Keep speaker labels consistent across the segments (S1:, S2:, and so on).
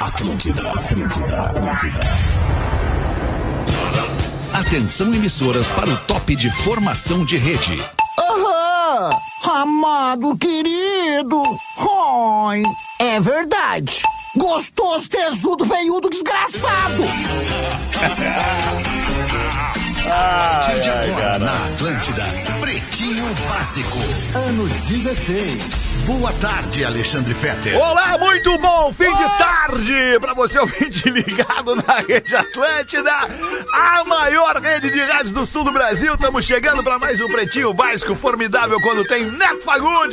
S1: Atlântida, Atlântida, Atlântida.
S2: Atenção emissoras para o top de formação de rede.
S3: Aham! Amado querido! Oi! É verdade! Gostoso, tesudo, veiudo, desgraçado!
S2: A partir de agora, na Atlântida, Pretinho Básico, ano 16. Boa tarde, Alexandre Fetter.
S4: Olá, muito bom fim de tarde para você ouvinte ligado na Rede Atlântida, a maior rede de rádios do sul do Brasil. Estamos chegando para mais um Pretinho Básico formidável quando tem Neto Fagundes.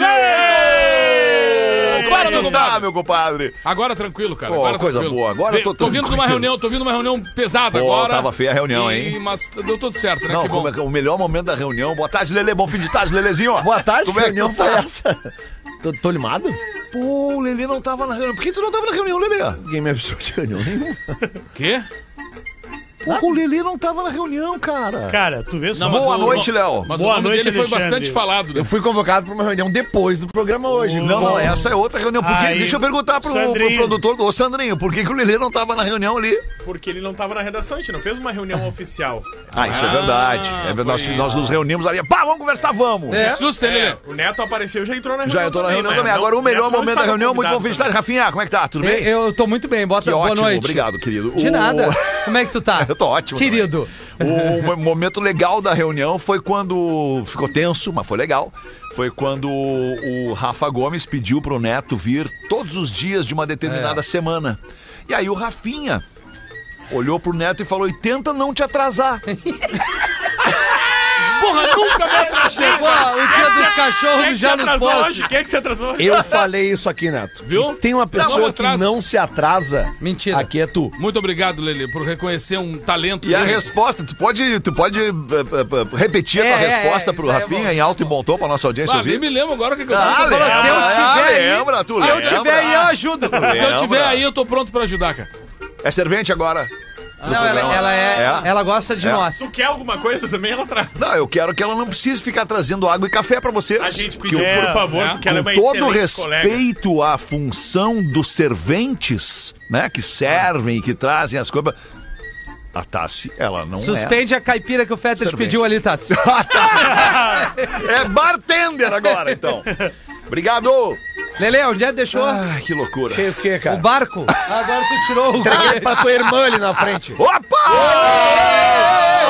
S4: Como é que tu tá, meu compadre?
S5: Agora tranquilo, cara.
S4: Pô,
S5: agora
S4: coisa
S5: tranquilo.
S4: boa, agora eu tô
S5: tô vindo de uma
S4: tranquilo.
S5: reunião, tô vindo de uma reunião pesada
S4: Pô,
S5: agora.
S4: tava feia a reunião,
S5: E-
S4: hein?
S5: Mas deu tudo certo, né?
S4: Não,
S5: que bom.
S4: como é que é o melhor momento da reunião? Boa tarde, Lele. Bom fim de tarde, Lelezinho.
S3: Boa tarde,
S4: Como é que tu
S3: foi
S4: tá?
S3: essa? Tô, tô limado?
S4: Pô, o Lele não tava na reunião. Por que tu não tava na reunião, Lele?
S3: Ninguém me avisou de reunião nenhuma.
S5: Quê?
S4: Pô, o Lele não tava na reunião, cara.
S6: Cara, tu vê só.
S5: Não, mas
S4: Boa
S5: o-
S4: noite, Léo.
S5: Mas
S6: Boa
S5: o nome
S6: noite,
S5: dele foi
S6: Alexandre.
S5: bastante falado. né?
S3: Eu fui convocado pra uma reunião depois do programa hoje.
S4: Não, não, essa é outra reunião. Por que-
S6: Aí,
S4: deixa eu perguntar pro, pro
S6: Sandrinho.
S4: produtor, ô Sandrinho, por que, que o Lelê não tava na reunião ali?
S7: Porque ele não tava na redação, a gente não fez uma reunião oficial.
S4: Ah, isso é verdade. É verdade. Nós, nós nos reunimos ali. Pá, vamos conversar, vamos!
S5: Que susto, hein,
S7: É,
S5: Lelê?
S7: o Neto apareceu já entrou na reunião.
S4: Já entrou na reunião
S7: né?
S4: também.
S7: Não-
S4: Agora o melhor
S7: Neto não
S4: momento da
S7: estava
S4: reunião, é muito bom
S7: convidado
S4: fim de tarde. Rafinha, como é que tá? Tudo bem?
S8: Eu, eu tô muito bem, bota
S4: Que
S8: boa
S4: ótimo,
S8: noite.
S4: obrigado, querido.
S8: De
S4: O-
S8: nada. Como é que tu tá?
S4: Eu tô ótimo.
S8: Querido.
S4: O mo- momento legal da reunião foi quando ficou tenso, mas foi legal. Foi quando o Rafa Gomes pediu pro Neto vir todos os dias de uma
S8: É.
S4: determinada semana. E aí o Rafinha olhou pro Neto e falou: "E tenta não te atrasar".
S5: Porra, nunca me atrasei,
S8: Chegou Ah, o dia dos cachorros
S7: Quem é que
S8: no
S7: se
S8: já nos
S7: atrasou
S8: postos.
S7: hoje? Quem é que se atrasou hoje?
S3: tá Eu falei isso aqui, Neto.
S5: Viu?
S3: Tem uma pessoa
S5: vamos
S3: que
S5: atrás.
S3: não se atrasa.
S8: Mentira.
S3: Aqui é tu.
S5: Muito obrigado, Lelê, por reconhecer um talento.
S4: E a
S5: dele.
S4: resposta, tu pode, tu pode eh, eh, eh, repetir a
S8: É,
S4: tua
S8: é,
S4: resposta
S8: é,
S4: pro
S8: isso aí é
S4: Rafinha
S8: bom,
S4: em alto e bom tom pra nossa audiência
S5: Ah, nem
S4: ouvir?
S5: me lembro agora o que que eu
S4: Ah,
S5: tava falando.
S8: se eu
S4: ah,
S8: tiver aí-
S4: lembra, tu
S8: Se eu
S3: é
S4: lembra?
S8: tiver aí, eu ajudo.
S5: Se eu tiver
S4: Lembra?
S5: aí, eu tô pronto pra ajudar, cara.
S4: É servente agora?
S8: Não, ela, ela é,
S4: É.
S8: Ela gosta de
S4: É.
S8: nós.
S7: Tu quer alguma coisa também? Ela traz.
S4: Não, eu quero que ela não precise ficar trazendo água e café pra vocês.
S7: A gente
S4: Porque
S7: pediu,
S4: o-
S7: por favor,
S5: é.
S7: porque ela é
S4: né? com
S7: uma
S4: todo
S7: excelente colega.
S4: respeito à função dos serventes, né, que servem e que trazem as coisas. A Tassi, ela não é.
S8: Suspende a caipira que o Feta te
S4: Sorvete.
S8: pediu ali, Tassi.
S4: é. É bartender agora, então. Obrigado!
S8: Lele, onde é que deixou?
S4: Ai, que loucura.
S3: Que, o que,
S8: O
S3: Ah, cara?
S8: barco? Agora tu tirou o.
S3: Entreguei pra tua irmã ali na frente.
S4: Opa!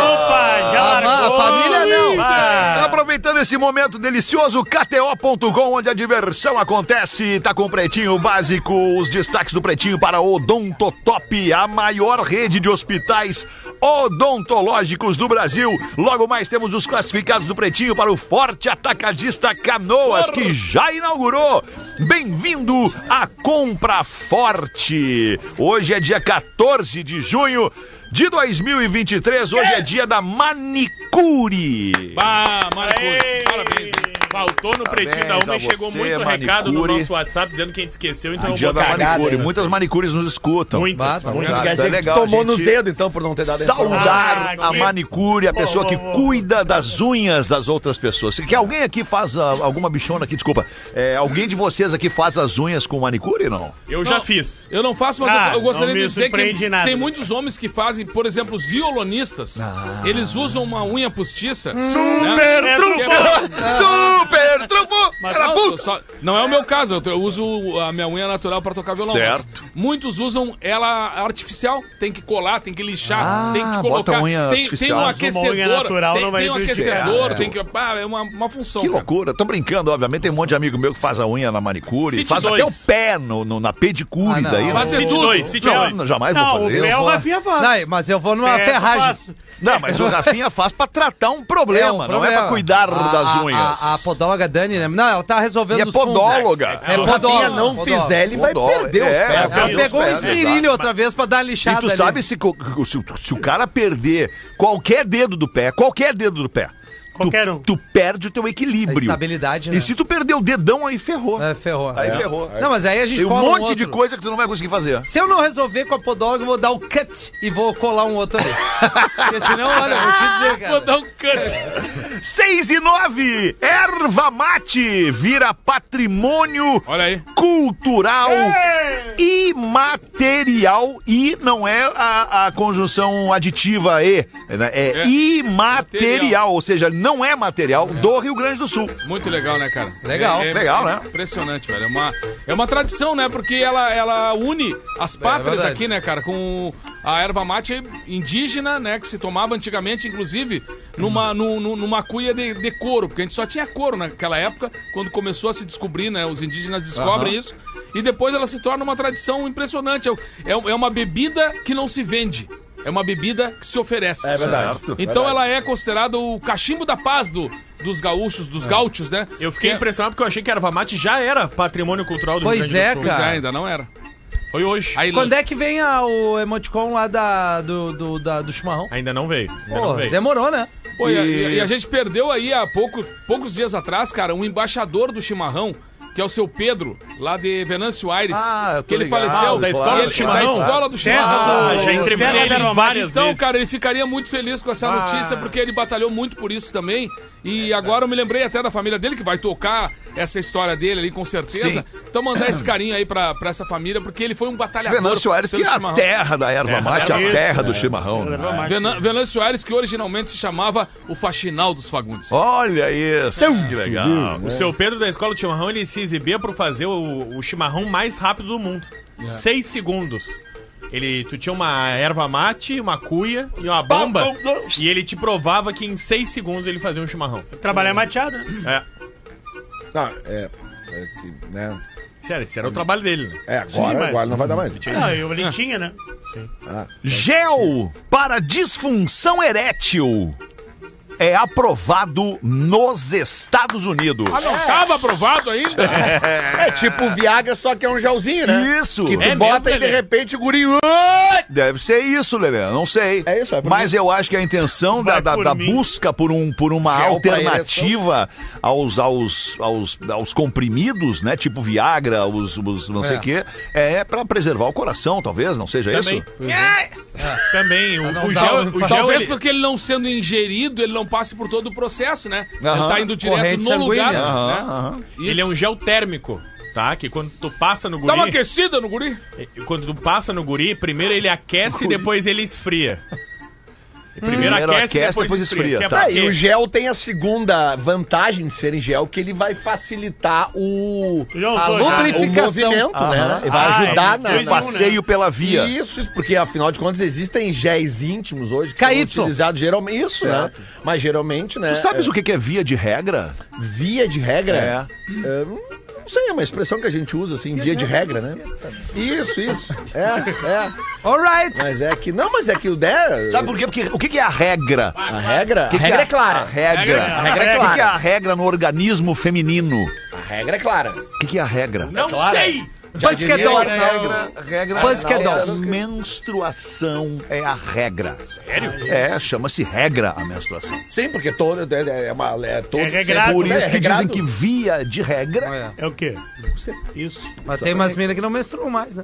S6: Opa, já
S8: Ah,
S6: largou.
S8: a família não.
S6: Ah,
S4: Tá Aproveitando esse momento delicioso, KTO.com, onde a diversão acontece, tá com o Pretinho Básico, os destaques do Pretinho para Odontotop, a maior rede de hospitais odontológicos do Brasil. Logo mais temos os classificados do Pretinho para o forte atacadista Canoas, que já inaugurou. Bem-vindo à Compra Forte. Hoje é dia 14 de junho de 2023, hoje é dia da manicure.
S5: Bah, maravilha.
S7: Ei,
S5: Parabéns. hein?
S7: Faltou no pretinho da
S4: Parabéns
S7: uma e
S4: a
S7: chegou
S4: você,
S7: muito recado no
S4: manicure.
S7: nosso WhatsApp dizendo que a gente esqueceu, então eu
S4: Dia
S7: vou
S4: da
S7: cagar.
S4: manicure. Muitas manicures nos escutam.
S7: Muitas,
S8: Bah,
S7: muitas. É
S4: Tá,
S3: Quer
S4: tá
S3: dizer,
S4: legal,
S3: tomou
S4: gente.
S3: nos dedos, então, por não ter dado a informação.
S4: Saudar
S7: Ah,
S4: a
S7: que-
S4: manicure, a pessoa que
S6: boa,
S4: cuida das unhas das outras pessoas. Se que alguém aqui faz ah, alguma bichona aqui, desculpa. É, alguém de vocês aqui faz as unhas com manicure, não?
S7: Eu já fiz.
S5: Eu não faço, mas
S6: Ah,
S5: eu, eu gostaria
S6: não me
S5: de dizer
S6: surpreende
S5: que
S6: nada.
S5: tem muitos homens que fazem, por exemplo, os violonistas.
S4: Ah.
S5: Eles usam uma unha postiça. né? Super
S6: É
S4: Super trufo!
S5: não, eu só- não é o meu caso, eu, eu uso a minha unha natural pra tocar violão. mas
S4: Certo.
S5: Muitos usam ela artificial, tem que colar, tem que lixar,
S4: Ah,
S5: tem que
S4: bota
S5: colocar.
S4: unha
S5: tem, tem
S4: artificial.
S5: um
S4: Mas
S6: uma
S5: aquecedor,
S6: unha natural
S5: tem,
S6: não vai
S5: tem um
S6: existir.
S5: aquecedor, tem que pá, é uma, uma função.
S4: Que
S5: cara.
S4: loucura, tô brincando, obviamente. Tem um monte de amigo meu que faz a unha na manicure,
S7: Cite
S4: faz até
S7: dois.
S4: o pé no, no- na pedicure
S8: Ah, não.
S4: daí. né?
S5: Mas é
S7: City
S5: tudo.
S7: 2, City
S4: Não,
S7: 2.
S4: não, jamais
S6: Não,
S4: vou
S6: o
S4: fazer.
S6: meu
S4: isso.
S6: o Rafinha faz.
S8: Não, mas eu vou numa
S6: É,
S8: ferragem.
S6: faz.
S4: Não, mas o Rafinha faz pra tratar um problema,
S8: É um
S4: não é pra
S8: problema.
S4: cuidar
S8: A-
S4: das
S8: a-
S4: unhas.
S8: A, a podóloga Dani, né? Não, ela tá resolvendo
S4: E é
S8: os fundos.
S4: podóloga.
S8: É
S3: Se o Rafinha
S8: podóloga.
S3: não
S8: podóloga.
S3: fizer, ele vai
S4: Podóloga.
S3: perder os
S4: É,
S3: pés.
S4: é,
S8: Ela pegou um
S4: Deus, pera,
S8: esmerilho outra vez pra dar
S4: E
S8: lixada
S4: tu
S8: ali.
S4: sabe se, co- se, o- se o cara perder qualquer dedo do pé, qualquer dedo do pé, tu-
S6: Qualquer um.
S4: tu, perde o teu
S8: A
S4: equilíbrio.
S8: estabilidade, né?
S4: E se tu perder o dedão, aí ferrou.
S8: É, ferrou.
S4: Aí ferrou.
S8: Não, mas aí a gente
S4: Tem um
S8: cola
S4: monte de
S8: outro.
S4: coisa que tu não vai conseguir fazer.
S8: Se eu não resolver com a podóloga, eu vou dar o cut e vou colar um outro ali. Porque senão, olha, eu vou te dizer,
S5: Vou
S8: cara.
S5: dar um cut.
S2: 6 e 9, erva mate vira patrimônio
S5: Olha aí.
S2: cultural imaterial e não é a, a conjunção aditiva e né? é,
S5: É.
S2: imaterial,
S5: Material.
S2: ou seja, não é material do Rio Grande do Sul.
S5: Muito legal, né, cara?
S8: Legal.
S9: É.
S2: Legal, né?
S5: Impressionante, velho. É uma, é uma tradição, né? Porque ela, ela une as pátrias
S8: verdade.
S5: aqui, né, cara? Com a erva mate indígena, né? Que se tomava antigamente, inclusive, numa, nu- nu- numa cuia de, de couro. Porque a gente só tinha couro naquela época, quando começou a se descobrir, né? Os indígenas descobrem isso. E depois ela se torna uma tradição impressionante. É, é- é uma bebida que não se vende. É uma bebida que se oferece. É
S9: verdade.
S5: Então ela é considerada o cachimbo da paz do, dos gaúchos, dos gaúchos, né?
S7: Eu fiquei
S5: Que-
S7: impressionado porque eu achei que a erva mate já era patrimônio cultural do
S8: Pois
S7: Rio Grande
S8: é,
S7: do Sul.
S5: Pois é,
S8: cara.
S5: ainda não era.
S7: Foi hoje.
S5: Aí
S8: Quando é que vem a- o emoticon lá da, do, do, da- do chimarrão?
S7: Ainda não veio. Ainda
S8: Pô,
S7: não veio.
S8: demorou, né?
S5: Pô, e... a- e a- e a gente perdeu aí há pouco, poucos dias atrás, cara, um embaixador do chimarrão, que é o seu Pedro, lá de Venâncio Aires.
S2: Ah, eu tô
S5: que ele
S2: ligado,
S5: faleceu.
S7: da escola
S5: Ele-
S7: do chimarrão?
S5: Da escola do chimarrão.
S7: Ah, já entrevistei ele várias
S5: Então,
S7: vezes. Ah.
S5: cara, ele ficaria muito feliz com essa notícia, porque ele batalhou muito por isso também. E agora eu me lembrei até da família dele, que vai tocar essa história dele ali, com certeza. Então mandar esse carinho aí pra, pra essa família, porque ele foi um batalhador.
S2: Venâncio Aires, que
S5: pelo
S2: é a
S5: chimarrão.
S2: terra da
S9: É,
S2: erva mate, a
S7: Terra
S2: terra do chimarrão. né?
S5: Venan- Venâncio Aires, que originalmente se chamava o Faxinal dos Fagundes.
S2: Olha isso, que legal.
S7: Ah,
S9: É.
S7: O seu Pedro da escola do chimarrão, ele se exibia por fazer o, o chimarrão mais rápido do mundo.
S9: É.
S7: Seis segundos. Ele, tu tinha uma erva mate, uma cuia e uma bomba. E ele te provava que em seis segundos ele fazia um chimarrão.
S10: Trabalhar mateado, né?
S7: É.
S9: Ah, é. É, que, né?
S7: Sério, esse era o trabalho dele, né?
S9: é agora,
S10: mas-
S9: agora não vai dar mais.
S10: Não, eu ele tinha, né?
S2: Gel para disfunção erétil é aprovado nos Estados Unidos.
S5: Ah, não tava aprovado ainda?
S9: É tipo o Viagra, só que é um gelzinho, né?
S2: Isso.
S9: Que tu
S7: É
S9: bota
S7: mesmo,
S9: e de
S7: Lelê?
S9: repente o guri.
S4: uh,
S2: Deve ser isso, Lelê. Não sei.
S9: É isso, é por
S2: Mas eu acho que a intenção da,
S10: Vai
S2: da-
S10: por
S2: da
S10: mim.
S2: busca por, um, por uma
S9: Gel pra
S2: alternativa aos, aos, aos, aos comprimidos, né? Tipo Viagra, os, os não sei
S8: É.
S2: o quê, é pra preservar o coração, talvez, não seja
S7: Também.
S2: isso?
S7: Também. O, o
S8: dá,
S7: gel,
S8: eu faço-
S7: o gel
S5: é. Então, Talvez
S7: ele,
S5: porque ele não sendo ingerido, ele não passe por todo o processo, né? Ele tá indo direto
S8: Corrente
S5: no lugar.
S8: sanguínea.
S5: né?
S2: Aham, Ah, aham.
S5: Isso.
S7: ele é um gel térmico, tá? Que quando tu passa no guri...
S5: Dá uma aquecida no guri?
S7: E Quando tu passa no guri, primeiro ele aquece e depois ele esfria. E Primeiro
S2: Primeiro
S7: aquece e
S2: aquece,
S7: depois,
S2: depois
S7: esfria.
S2: esfria,
S7: que é
S2: tá.
S7: pra
S9: Ah, e
S7: quê?
S9: o gel tem a segunda vantagem de ser em gel, que ele vai facilitar o,
S10: Eu já
S8: A
S10: sou, já.
S8: lubrificação.
S9: o movimento, né? Ele vai
S7: Ah,
S9: ajudar
S7: é,
S9: na, na-
S10: dois em um, né?
S2: Passeio pela via.
S9: Isso, isso, porque afinal de contas existem géis íntimos hoje que
S8: KY.
S9: são utilizados geralmente. Isso, né? Mas geralmente, né?
S2: Tu sabes
S9: é,
S2: o que que é via de regra?
S9: Via de regra?
S2: É.
S9: é, não sei, é uma expressão que a gente usa, assim, via de regra, né? Isso, isso. É, é.
S8: Alright.
S9: Mas é que. Não, mas é que o der.
S2: Sabe por quê? Porque o que que é a regra?
S9: A regra?
S2: Que
S9: a
S2: que
S9: regra é,
S2: A
S9: clara.
S2: regra.
S10: A
S2: A
S10: regra
S2: regra
S10: é
S2: é clara. O que que é
S9: clara.
S2: a regra no organismo feminino? O
S9: A regra é clara.
S2: que que é a regra?
S7: Não
S9: claro.
S7: sei!
S8: Pois que é
S9: diria,
S8: dó.
S9: né?
S2: regra, regra
S8: Pois que é
S2: não,
S8: dó.
S2: menstruação é a regra. Sério? É, chama-se regra a menstruação.
S9: Sim, porque todo. É, é uma, é todo
S10: É regrado,
S2: Por
S10: né?
S2: isso
S9: é
S2: que
S9: regrado.
S2: dizem que via de regra.
S8: É.
S10: É o quê? Isso.
S8: Mas tem umas minas que não menstruam mais, né?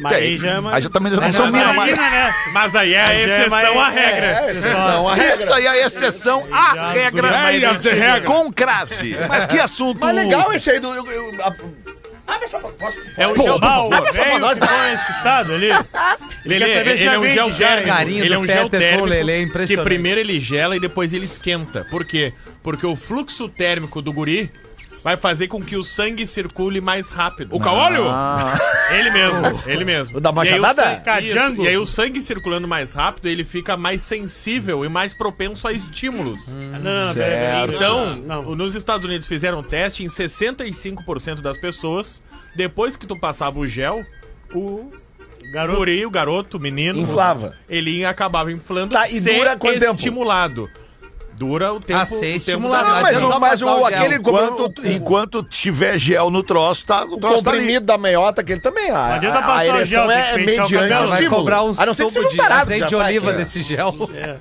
S10: Mas
S2: É,
S10: aí já é uma...
S2: Aí já também já não
S10: Mas
S2: são
S10: é
S2: mina
S10: uma
S2: mais.
S10: mina, né?
S7: Mas aí é a
S10: Mas é, mas
S7: exceção à
S10: é-
S7: regra.
S9: É, exceção, a regra.
S2: Essa aí é a exceção à
S10: Já
S2: regra.
S10: subiu mais
S2: Regra
S10: da antiga.
S2: Com crase. Mas que assunto.
S9: Mas legal esse aí do. Eu, eu, a... Abre essa. Posso?
S7: É um
S2: Pô,
S7: gel...
S2: por
S10: Ah, o
S2: favor.
S10: velho ficou excitado ali.
S7: Ele,
S10: quer saber se
S7: ele
S10: já
S7: é um
S10: vem
S7: gel
S10: de já.
S7: térmico.
S8: Carinho
S7: ele
S8: do
S7: é um gel
S8: Fetter com
S7: térmico
S8: Lelê é
S7: que
S8: impressionante.
S7: primeiro ele gela e depois ele esquenta. Por quê? Porque o fluxo térmico do guri vai fazer com que o sangue circule mais rápido.
S5: O caolho?
S8: Ah.
S7: Ele mesmo, ele mesmo.
S9: O da machadada?
S7: E aí, o sangue,
S10: Cajango.
S7: isso, e aí o sangue circulando mais rápido, ele fica mais sensível e mais propenso a estímulos.
S10: Não, velho.
S7: Então,
S10: Não.
S7: o- nos Estados Unidos fizeram um teste em 65% das pessoas, depois que tu passava o gel, o
S10: Garoto.
S7: guri, o garoto, o menino...
S9: Inflava.
S7: Ele acabava inflando
S9: Tá, e
S7: se
S9: dura quanto tempo?
S7: estimulado. Dura o tempo...
S8: Ah,
S7: o
S8: ser
S7: tempo
S8: estimulado.
S7: da-
S8: Não
S9: mas
S8: adianta
S9: o-
S8: só
S9: mas o-
S8: passar gel.
S9: aquele-
S2: Enquanto, enquanto tiver gel no troço, tá, o
S9: O
S2: troço tá ali.
S9: comprimido da meiota, que ele também. A,
S10: adianta
S9: a,
S10: passar
S9: a
S10: o gel,
S9: ereção
S10: tem
S9: é,
S10: que
S9: é
S10: pentear o
S9: mediante
S10: cabelo.
S8: Vai
S9: estímulo.
S8: cobrar uns
S9: a não ser que
S2: né,
S8: tubos
S9: seja um
S8: de
S9: tarado que
S8: azeite
S9: já
S8: de
S9: sai,
S8: oliva
S9: cara.
S8: desse gel.
S10: É.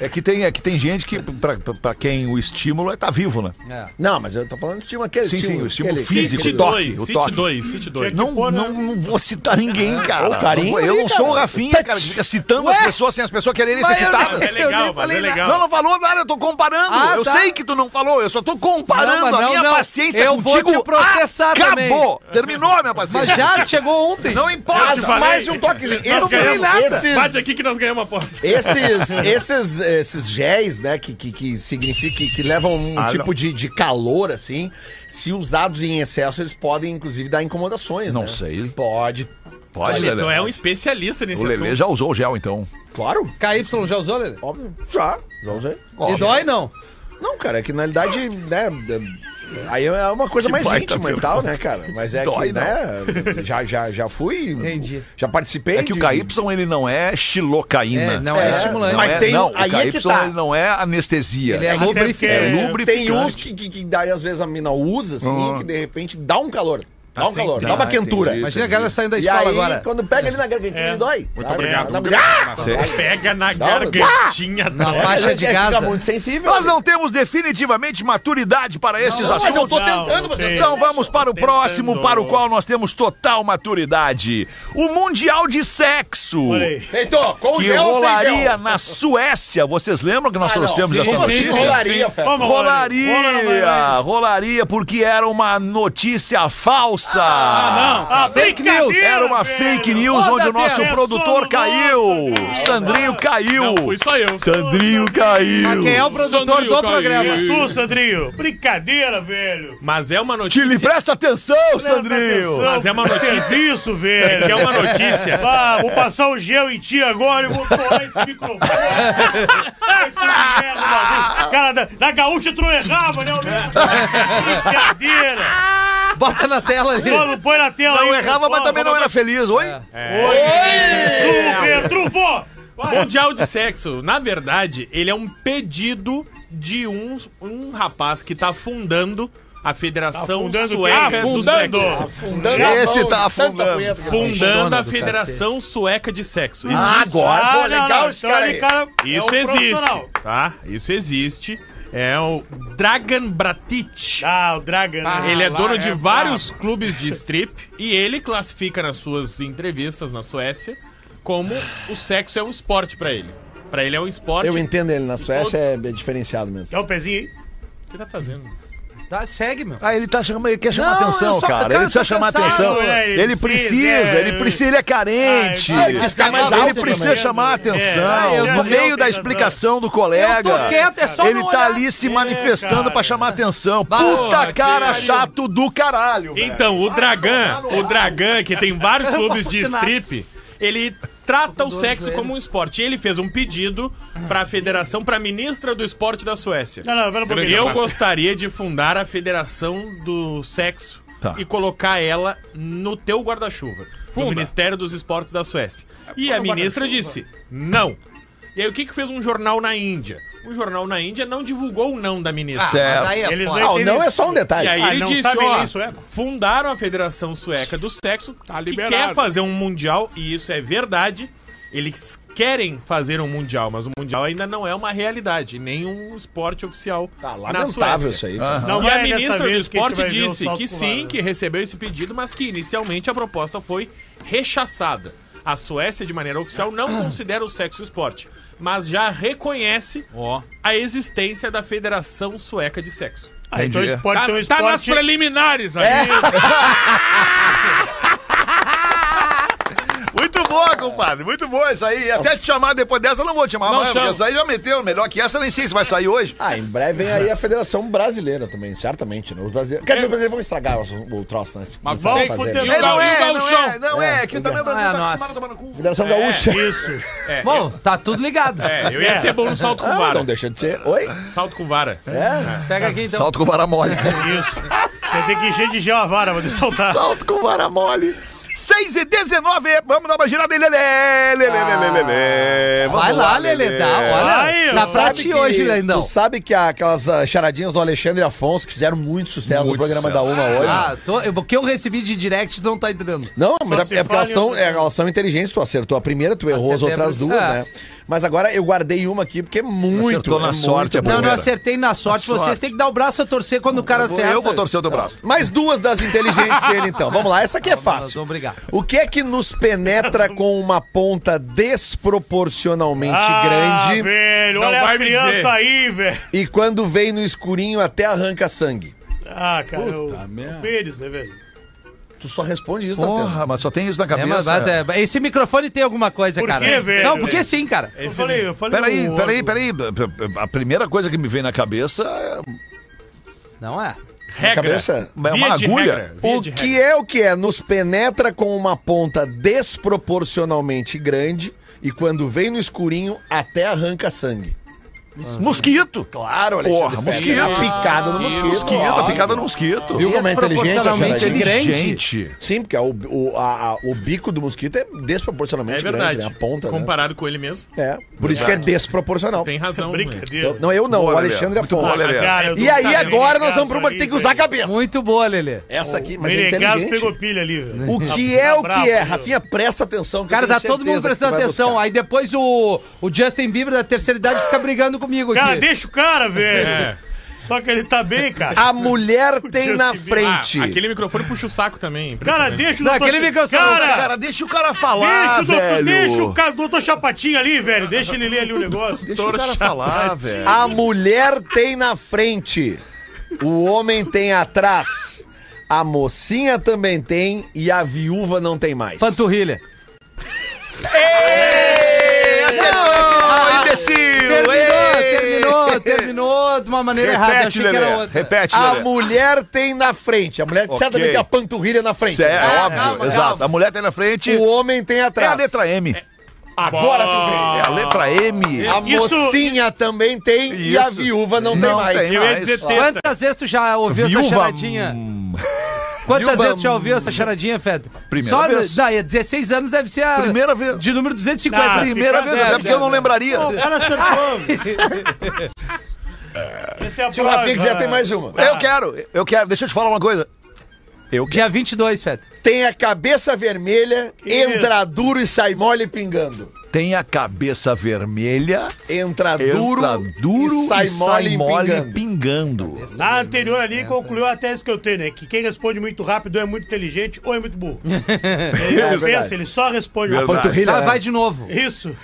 S2: É que tem, é que tem gente que, pra, pra- pra quem o estímulo é tá vivo, né?
S9: Não, mas eu tô falando de estímulo aquele.
S2: Sim, sim,
S9: estímulo,
S2: o estímulo
S9: aquele-
S2: físico,
S7: City
S2: o toque,
S7: 2,
S2: o
S7: City
S2: toque.
S7: 2, City 2.
S2: Não,
S10: Pô,
S8: né?
S2: não, não vou citar
S8: É,
S2: ninguém, cara.
S9: o carinho
S2: Não vou- eu
S9: aí,
S2: não sou o
S9: cara.
S2: Rafinha, cara, que fica citando as pessoas sem as pessoas quererem ser
S8: Tá Mas eu
S2: citadas.
S8: não-
S7: É legal, mas é
S8: falei nada.
S7: legal.
S2: Não, não falou nada, eu tô comparando.
S8: Ah,
S2: eu
S8: tá.
S2: sei que tu não falou, eu só tô comparando.
S8: Não, mas
S2: a
S8: não,
S2: minha
S8: não.
S2: paciência
S8: Eu vou
S2: contigo
S8: te processar
S2: acabou.
S8: também.
S2: Terminou a minha paciência.
S8: Mas já chegou ontem.
S2: Não importa.
S9: Mas
S7: falei.
S9: mais um toquezinho.
S7: Nós
S9: Esse-
S7: ganhamos.
S9: esses-
S7: Bate aqui que nós ganhamos a aposta.
S9: Esses, esses, esses géis, né, que, que, que significa que, que levam um
S2: Ah,
S9: tipo de, de calor, assim, se usados em excesso, eles podem, inclusive, dar incomodações.
S2: Não
S9: né?
S2: sei.
S9: Pode.
S2: Pode,
S7: Olha,
S8: Então
S7: tu
S2: Lelê.
S7: é um especialista nesse
S2: O Lelê
S7: assunto.
S2: já usou o gel, então.
S9: Claro,
S8: KY já usou, Lelê?
S9: óbvio. Já, já usei.
S8: E dói não.
S9: Não, cara, é que na realidade, né. é- Aí é uma coisa
S2: Que
S9: mais
S2: baita
S9: íntima e tal, né, cara? Mas é
S2: Dói,
S9: que, né? Já, já, já fui.
S8: Entendi.
S9: Já participei.
S2: É que o
S9: de-
S2: KY ele não é xilocaína.
S8: É, não é,
S9: É,
S8: estimulante.
S2: Mas
S9: Mas
S2: é,
S9: tem-
S2: não,
S9: aí
S2: o KY
S9: é que tá.
S2: ele não é anestesia.
S8: Ele é
S10: Até
S8: lubrificante.
S2: É
S10: porque-
S2: lubrificante. Uhum.
S9: Tem uns que, que, que daí, às vezes, a mina usa, assim, que de repente dá um calor. Dá um
S7: sim,
S9: calor,
S7: tá,
S9: dá uma quentura.
S2: entendi.
S8: Imagina a galera saindo da
S9: E
S8: escola
S9: aí,
S8: agora.
S9: quando pega ele na gargantinha,
S10: É.
S9: ele dói.
S5: Muito
S9: Sabe?
S5: obrigado.
S9: Dá-
S5: muito
S9: dá-
S5: obrigado.
S7: Pega na
S9: Dá-
S7: gargantinha tá?
S8: Na
S7: dela.
S8: faixa de né?
S9: É,
S8: Gaza.
S9: Fica muito sensível. né?
S2: Nós não temos definitivamente maturidade para estes
S9: mas eu
S2: assuntos.
S9: tô tentando,
S10: não
S9: vocês
S10: tem.
S2: Então vamos para o
S10: Tentando.
S2: próximo, para o qual nós temos total maturidade. O Mundial de Sexo.
S10: Olha aí.
S9: Heitor, com o
S2: Que
S9: gel ou sem
S2: rolaria
S9: gel?
S2: na Suécia. Vocês lembram que nós
S9: Ah, não,
S2: trouxemos
S9: sim,
S2: essa
S5: sim,
S2: notícia?
S5: sim.
S9: Rolaria, Fer.
S10: Vamos, Rola, vai, vai.
S2: Rolaria, rolaria, porque era uma notícia falsa.
S10: Ah, fake news.
S2: Era uma fake news
S8: Ô,
S2: onde o
S8: Datena,
S2: nosso
S10: é só
S2: produtor
S10: no
S2: caiu.
S10: nosso, né? cara.
S2: Sandrinho caiu.
S7: Não, fui só eu.
S2: Sandrinho
S8: Mas quem é
S2: caiu.
S8: o produtor
S5: Sandrinho
S8: do
S5: caiu.
S8: programa?
S10: Tu, Sandrinho. Brincadeira, velho. tá
S7: Mas é uma
S2: Tili,
S7: notícia.
S2: presta atenção, Sandrinho.
S7: Mas é uma notícia.
S10: Isso, velho.
S7: Que é uma notícia.
S10: Ah, vou passar o gel em ti agora e vou colar esse microfone. Esse merda, Matheus. Cara, da, da gaúcha tu não errava, né? Almeida? Brincadeira.
S8: Bota na tela ali.
S10: Só não põe na tela aí,
S2: Não errava,
S10: por
S2: mas
S10: favor.
S2: também não era feliz, oi?
S10: É, Super, trufou. Vai.
S7: Mundial de sexo, na verdade, ele é um pedido de um, um rapaz que tá fundando a Federação
S10: Tá fundando
S7: Sueca
S10: o quê?
S7: do
S9: Ah,
S5: Afundando.
S7: Sexo.
S9: Afundando
S10: é,
S2: Esse
S9: a
S2: tá
S9: mão de tanta
S2: afundando.
S9: punheta que eu-
S7: Fundando a
S8: do
S7: Federação Sueca de Sexo.
S9: Ah, agora, pô, legal esse
S10: então
S9: cara
S10: ele,
S9: aí.
S7: Isso
S10: é um profissional.
S7: existe, tá? Isso existe. É o Dragan Bratic.
S10: Ah, o Dragan. né?
S7: ele é
S5: lá
S7: dono
S5: é
S7: de
S5: brabo.
S7: vários clubes de strip e ele classifica nas suas entrevistas na Suécia como o sexo é um esporte pra ele. Pra ele é um esporte.
S9: Eu entendo ele, na Suécia é é diferenciado mesmo.
S10: Dá um pezinho aí.
S7: O que tá fazendo?
S8: Tá, segue, meu.
S2: Ah, ele tá chamando, ele quer chamar
S8: Não,
S2: atenção,
S8: eu só-
S2: cara.
S8: cara,
S2: Ele
S8: eu
S2: precisa
S8: tô
S2: chamar
S8: cansado,
S2: atenção.
S10: né? Ele
S2: Ele precisa,
S10: precisa,
S2: ele precisa, ele é carente.
S10: Ah, ele
S2: Ele
S8: ficar mais alto
S2: precisa
S8: também. né?
S2: chamar atenção.
S10: É,
S8: eu
S2: no
S8: tô-
S2: meio
S10: eu
S2: da
S10: tenho
S2: explicação do
S8: Eu
S2: colega.
S8: tô quieto, é só
S2: ele
S8: não
S2: tá
S8: olhar.
S2: ali se manifestando
S10: cara.
S2: pra chamar atenção.
S8: Bah,
S2: Puta
S8: que
S2: cara
S8: pariu.
S2: chato do caralho. velho.
S7: Então, o Dragan, o Dragan, que tem vários clubes de
S8: assinar.
S7: strip, ele trata o sexo
S8: joelho.
S7: como um esporte. E ele fez um pedido pra federação, pra ministra do esporte da Suécia.
S10: Não, não, pera um pouquinho.
S7: Eu gostaria de fundar a Federação do Sexo
S2: Tá.
S7: e colocar ela no teu guarda-chuva, no
S5: Funda.
S7: Ministério dos Esportes da Suécia. E a ministra disse: não. E aí, o que, que fez um jornal na Índia? Um jornal na Índia não divulgou o não da ministra.
S2: Certo.
S8: Mas aí é
S10: Eles
S8: foda.
S10: não
S9: Não, não é só um
S7: E
S9: detalhe.
S7: aí
S10: Ah,
S7: ele
S10: não
S7: disse,
S10: sabe
S7: ó,
S10: nem isso, é?
S7: fundaram a Federação Sueca do Sexo,
S10: Tá
S7: que
S5: liberado.
S7: quer fazer um mundial, e isso é verdade, eles querem fazer um mundial, mas o mundial ainda não é uma realidade, nem um esporte oficial
S9: Tá
S7: na Suécia.
S9: lamentável isso aí.
S10: Não
S7: E a
S10: vai dessa
S7: ministra do
S10: vez que tu
S7: esporte
S10: vai ver o
S7: disse
S10: salto
S7: que
S10: com
S7: sim,
S10: vara.
S7: que recebeu esse pedido, mas que inicialmente a proposta foi rechaçada. A Suécia, de maneira oficial, não considera o sexo esporte, mas já reconhece
S5: Ó.
S7: a existência da Federação Sueca de Sexo.
S10: Ah, então
S2: Entendi.
S10: a gente pode
S5: Tá,
S10: ter um
S5: tá nas
S10: esporte...
S5: preliminares
S10: é
S5: aí.
S2: Muito boa, compadre. Muito boa isso aí. Até te chamar depois dessa, eu não vou te chamar
S5: Não
S2: mais, porque
S5: chama.
S2: essa aí já meteu. Melhor que essa, nem sei se vai sair hoje.
S9: Ah, em breve vem aí a Federação Brasileira também, certamente. Né? Os brasileiros... Quer dizer, os brasileiros vão estragar o, o troço, né? se
S5: Mas
S9: começar a
S5: vão
S9: fazer,
S5: fuder
S9: né?
S5: E o Gal- e o
S2: não
S5: Galchão?
S2: é, não é,
S9: É,
S2: que também o
S8: é.
S2: Brasil tá
S8: Ah, nossa.
S2: acostumado a tomar no cu.
S9: Federação Gaúcha.
S10: Isso.
S8: Bom, tá tudo ligado.
S7: É, eu ia ser bom no salto com
S9: Ah, não
S7: vara.
S9: deixa de ser. Oi?
S7: Salto com vara.
S9: É?
S8: Pega aqui então.
S2: Salto com vara mole.
S10: Isso. Você tem que encher de gel a vara, vou te soltar.
S2: Salto com vara mole. 6 e 19, vamos dar uma girada em Lelê, Lelê, Lelê, Lelê. Vamos
S8: Vai lá, Lelê, dá. Olha,
S10: Vai,
S8: na
S10: tu
S8: pra
S9: Sabe
S8: ti
S9: que-
S8: hoje, Lendão.
S9: Tu sabe que aquelas ah, charadinhas do Alexandre Afonso que fizeram muito sucesso
S2: Muito
S9: no programa
S2: sucesso.
S9: da Uma hoje.
S8: Ah, tô, eu, o que eu recebi de direct tu não tá entendendo.
S9: Não, mas é,
S10: se
S9: é porque elas
S10: vale
S9: são,
S10: outra
S9: é, elas são inteligentes. Tu acertou a primeira, tu errou as
S8: Acertei a
S9: outras
S8: primeira.
S9: duas,
S8: Ah.
S9: né? Mas agora eu guardei uma aqui porque é muito.
S2: Acertou na
S9: é
S2: sorte,
S9: muito
S2: é
S8: Não,
S9: boa.
S8: não
S2: Primeira.
S8: acertei na sorte.
S2: Na
S8: Vocês
S2: sorte.
S8: têm que dar o braço a torcer quando o cara acerta.
S2: Eu vou torcer o teu braço.
S9: Mais duas das inteligentes dele, então. Vamos lá, essa aqui é
S8: Nós
S9: fácil.
S8: vamos brigar.
S9: O que é que nos penetra com uma ponta desproporcionalmente
S10: Ah,
S9: grande
S10: velho,
S7: Não
S10: olha as
S7: vai me
S10: crianças
S7: dizer.
S10: aí, velho.
S9: e quando vem no escurinho até arranca sangue?
S10: Ah, cara,
S5: Puta
S10: o,
S5: merda.
S10: o Pires, né, velho?
S9: Tu só responde isso, Datena.
S2: Porra, mas só tem isso na
S8: É, mas
S2: cabeça.
S8: vai- é, esse microfone tem alguma coisa,
S10: Por
S8: cara.
S10: quê, velho?
S8: Não, porque sim, cara.
S10: Eu falei, eu falei.
S2: Peraí,
S10: o-
S2: peraí, peraí. A primeira coisa que me vem na cabeça é
S8: Não é.
S7: Regra.
S9: cabeça? é
S2: uma
S7: Via de
S2: agulha.
S7: regra, via
S9: O
S7: de
S9: que é o que é? Nos penetra com uma ponta desproporcionalmente grande e quando vem no escurinho até arranca sangue.
S2: Ah. mosquito.
S9: Claro,
S2: Alexandre
S9: Porra,
S2: Fetter.
S9: mosquito.
S7: Ah,
S9: Picada no mosquito.
S2: Mosquito,
S9: Óbvio.
S2: a picada no mosquito.
S9: Viu como é inteligente? É a
S8: Desproporcionalmente
S9: cara?
S2: Inteligente.
S9: Sim, porque o, o, a- a- o bico do mosquito é desproporcionalmente
S7: É verdade.
S9: grande, né? A ponta, né?
S7: Comparado com ele mesmo,
S9: É, por isso que é desproporcional.
S7: tem razão. velho.
S10: Brincadeira.
S9: Eu- não, eu não,
S2: Boa,
S9: o Alexandre
S2: Lelê. Muito boa,
S9: Afonso.
S2: Lelê.
S10: Cara, eu
S9: E
S10: tô
S9: aí
S10: cara,
S9: agora nós
S10: Menegasso
S9: vamos pra uma que
S10: aí,
S9: tem que usar a
S10: velho.
S9: cabeça.
S8: Muito boa, Lelê.
S9: Essa aqui, mas é
S10: Menegasso
S9: inteligente.
S10: pegou pilha ali, velho.
S9: O que é
S10: Tá
S9: o
S10: bravo,
S9: que é?
S10: viu?
S9: Rafinha, presta atenção. que
S8: Cara,
S9: eu tenho
S8: tá todo mundo
S9: certeza que tu
S8: prestando
S9: vai
S8: atenção.
S9: buscar.
S8: Aí depois o, o Justin Bieber da terceira idade fica brigando comigo aqui.
S10: Cara, deixa o cara, velho. Só que ele tá bem, cara.
S9: A mulher tem na
S10: Justin
S7: Ah,
S9: frente.
S7: aquele microfone puxa o saco também.
S10: Cara,
S7: impressionante.
S10: deixa o
S8: Não,
S10: doutor-
S8: aquele microfone-
S10: Cara,
S2: Cara, deixa o cara falar,
S10: deixa o doutor,
S2: velho.
S10: deixa o cara, doutor Chapatinho ali, velho. Deixa ele ler ali o negócio.
S2: Deixa o cara falar, velho.
S9: A mulher tem na frente. O homem tem atrás. A mocinha também tem e a viúva não tem mais.
S8: Panturrilha.
S2: Ah, imbecil!
S8: Terminou,
S2: Ei!
S8: terminou, terminou de uma maneira errada.
S2: Repete,
S8: Achei que era
S2: Lelê.
S8: outra.
S2: Repete,
S9: A
S2: Lelê.
S9: mulher tem na frente. A mulher certamente tem a panturrilha na frente.
S2: Cê- É,
S8: Ah,
S2: óbvio,
S8: calma,
S2: exato.
S8: calma.
S2: A mulher tem na frente.
S9: O homem tem
S2: É
S9: atrás.
S2: a letra M.
S9: Agora tu vê.
S2: É a letra M.
S9: A
S10: Isso-
S9: mocinha também tem e a
S2: Isso.
S9: viúva não, tem mais.
S2: tem
S7: Eu ia dizer teta.
S8: Quantas vezes tu já ouviu essa
S2: Viúva, hum.
S8: charadinha? Quantas
S2: Viúva, hum.
S8: vezes tu já ouviu essa charadinha, Fed?
S2: Primeira
S8: Só
S2: vez.
S8: Não, é 16 anos deve ser a.
S2: Primeira vez.
S8: De número 250.
S10: Ah,
S2: Primeira
S10: fica
S2: vez,
S10: zero,
S2: até porque eu não lembraria.
S10: O cara acertou, velho. Essa é a
S9: Se o Rafinha quiser, tem mais uma.
S2: Eu quero, eu quero. Deixa eu te falar uma coisa. Eu quero.
S8: Dia 22, Fed.
S9: Tem a cabeça vermelha, entra duro e sai mole pingando.
S2: Tem a cabeça vermelha,
S9: Entra duro,
S2: entra duro e sai, mole,
S9: pingando.
S2: pingando.
S10: Na anterior ali concluiu a tese que eu tenho, né? Que quem responde muito rápido é muito inteligente ou é muito burro.
S2: É
S10: ele não pensa,
S9: verdade.
S10: ele só responde.
S2: Verdade.
S9: Panturrilha,
S8: Lá
S9: né?
S8: vai de novo.
S10: Isso.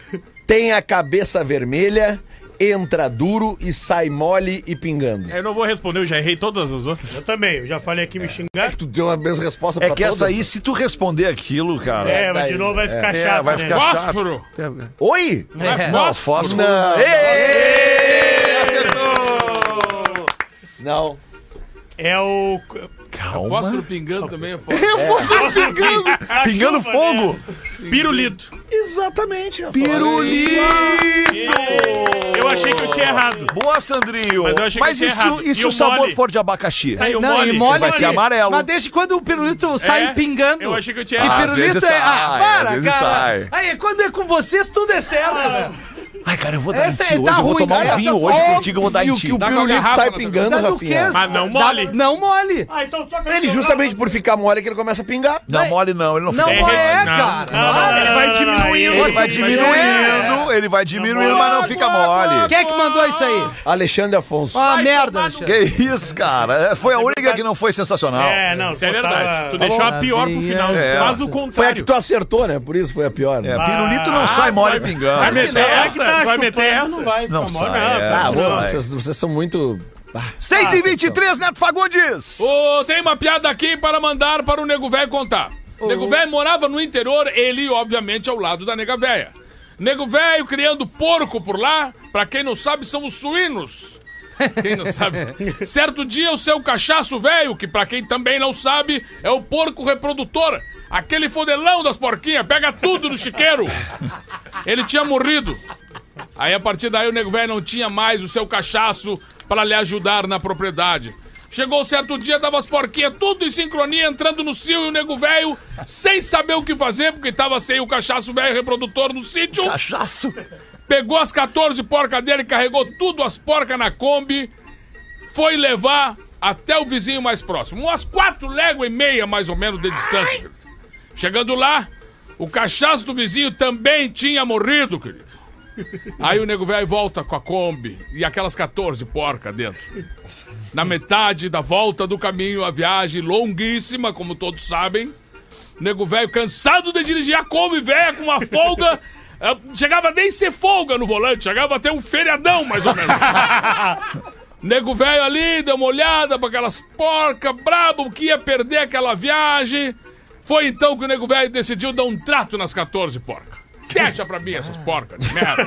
S9: Tem a cabeça vermelha, entra duro e sai mole e pingando.
S7: Eu não vou responder, eu já errei todas as outras.
S10: Eu também, eu já falei aqui me xingar.
S9: Tu deu a mesma resposta
S2: É
S9: pra
S2: que
S9: todas,
S2: essa aí,
S9: né?
S2: se tu responder aquilo, cara.
S10: É, mas
S9: daí,
S10: de novo vai ficar
S2: é,
S10: chato,
S2: vai
S10: né?
S2: ficar chato.
S5: Fósforo!
S9: Oi?
S8: É.
S2: Não, fósforo.
S9: Não.
S2: É, Ei,
S9: Não.
S10: É o...
S5: Fósforo
S2: Calma.
S5: pingando também é fósforo.
S10: A
S2: Pingando
S10: chuva,
S2: fogo.
S10: né?
S7: Pirulito.
S9: Exatamente, Rafael.
S2: Pirulito.
S10: Eu achei que eu tinha errado.
S2: Boa, Sandrinho.
S7: Mas eu achei que
S2: Mas
S7: eu
S2: e
S7: tinha
S2: se, o-
S7: errado.
S2: e se
S7: E
S2: o
S7: o
S2: um sabor
S7: mole? Tá
S2: for de abacaxi?
S7: Aí o
S8: Não, e
S7: mole.
S8: mole
S2: Vai ser amarelo.
S8: Mas desde quando o pirulito sai
S7: É?
S8: pingando?
S7: Eu achei que eu tinha
S8: Que
S7: errado.
S2: Ah, às
S8: pirulito
S2: vezes
S8: é. Ah,
S2: sai, às
S8: para,
S2: vezes
S8: cara.
S2: sai. Ah.
S8: Aí, quando é com vocês, tudo é certo, velho.
S2: Ai, cara, eu vou dar em
S8: Essa
S2: ti
S8: é-
S2: hoje.
S8: tá
S2: eu vou
S8: ruim,
S2: tomar
S8: cara.
S2: um vinho
S8: Essa- é
S2: hoje contigo, eu vou dar em
S9: Óbvio
S2: ti.
S9: que o
S5: Dá com a
S9: pirulito
S5: garrafa
S9: sai
S5: na
S9: pingando,
S8: Tá do que?
S9: Rafinha.
S7: Mas não mole.
S8: Não mole.
S10: Ah, então só que eu
S9: Ele
S10: tô
S9: justamente
S10: errado.
S9: por ficar mole que ele começa a pingar.
S2: Não, mole não, ele não
S8: Não
S2: fica mole.
S8: é,
S7: não.
S8: cara.
S10: Não, não, não,
S8: Ah,
S10: não, não, não, não, não,
S2: Ele
S10: ele
S2: vai diminuindo, ele vai diminuindo, mas não fica mole.
S8: Quem é que mandou isso aí?
S9: Alexandre Afonso.
S8: Ó, merda, Alexandre.
S2: Que isso, cara? É, Foi a única que não foi sensacional.
S10: É, não.
S7: Isso é
S10: eu tava-
S7: verdade. Tu deixou a pior pro final.
S2: É.
S7: Faz o
S9: Foi a que
S7: contrário.
S9: tu acertou, né? Por isso foi a pior. Né?
S2: É, pirulito não sai mole
S7: Vai
S2: pingando.
S7: meter
S10: É que tá
S7: essa? Vai meter
S10: chupando, Não
S7: essa?
S10: vai ficar
S2: Não
S10: mole,
S2: sai, é,
S10: tá
S9: Ah,
S2: não
S10: bom.
S2: sai.
S9: vocês, vocês são muito. Ah,
S2: 6 e 23, Neto Fagundes.
S5: Ô, tem uma piada aqui para mandar para o Nego Velho contar. Nego Velho morava no interior, ele, obviamente, ao lado da Nega Véia. Nego Velho criando porco por lá, pra quem não sabe, são os suínos. Quem não sabe? certo dia, o seu cachaço velho, que pra quem também não sabe, é o porco reprodutor. Aquele fodelão das porquinhas, pega tudo no chiqueiro. Ele tinha morrido. Aí a partir daí o nego velho não tinha mais o seu cachaço para lhe ajudar na propriedade. Chegou um certo dia, tava as porquinhas tudo em sincronia, entrando no cio e o nego velho, sem saber o que fazer, porque tava sem o cachaço velho reprodutor no sítio.
S2: Cachaço.
S5: Pegou as 14 porcas dele, carregou tudo as porcas na Kombi, foi levar até o vizinho mais próximo. Umas quatro léguas e meia, mais ou menos, de distância. querido. Chegando lá, o cachaço do vizinho também tinha morrido, querido. Aí o nego velho volta com a Kombi e aquelas 14 porca dentro. Na metade da volta do caminho, a viagem longuíssima, como todos sabem. Nego velho cansado de dirigir a Kombi, velho, com uma folga. eh, Chegava nem ser folga no volante, chegava até um feriadão, mais ou menos. Nego velho ali, deu uma olhada pra aquelas porca, brabo, que ia perder aquela viagem. Foi então que o nego velho decidiu dar um trato nas 14 porcas. Deixa pra mim essas porcas de merda.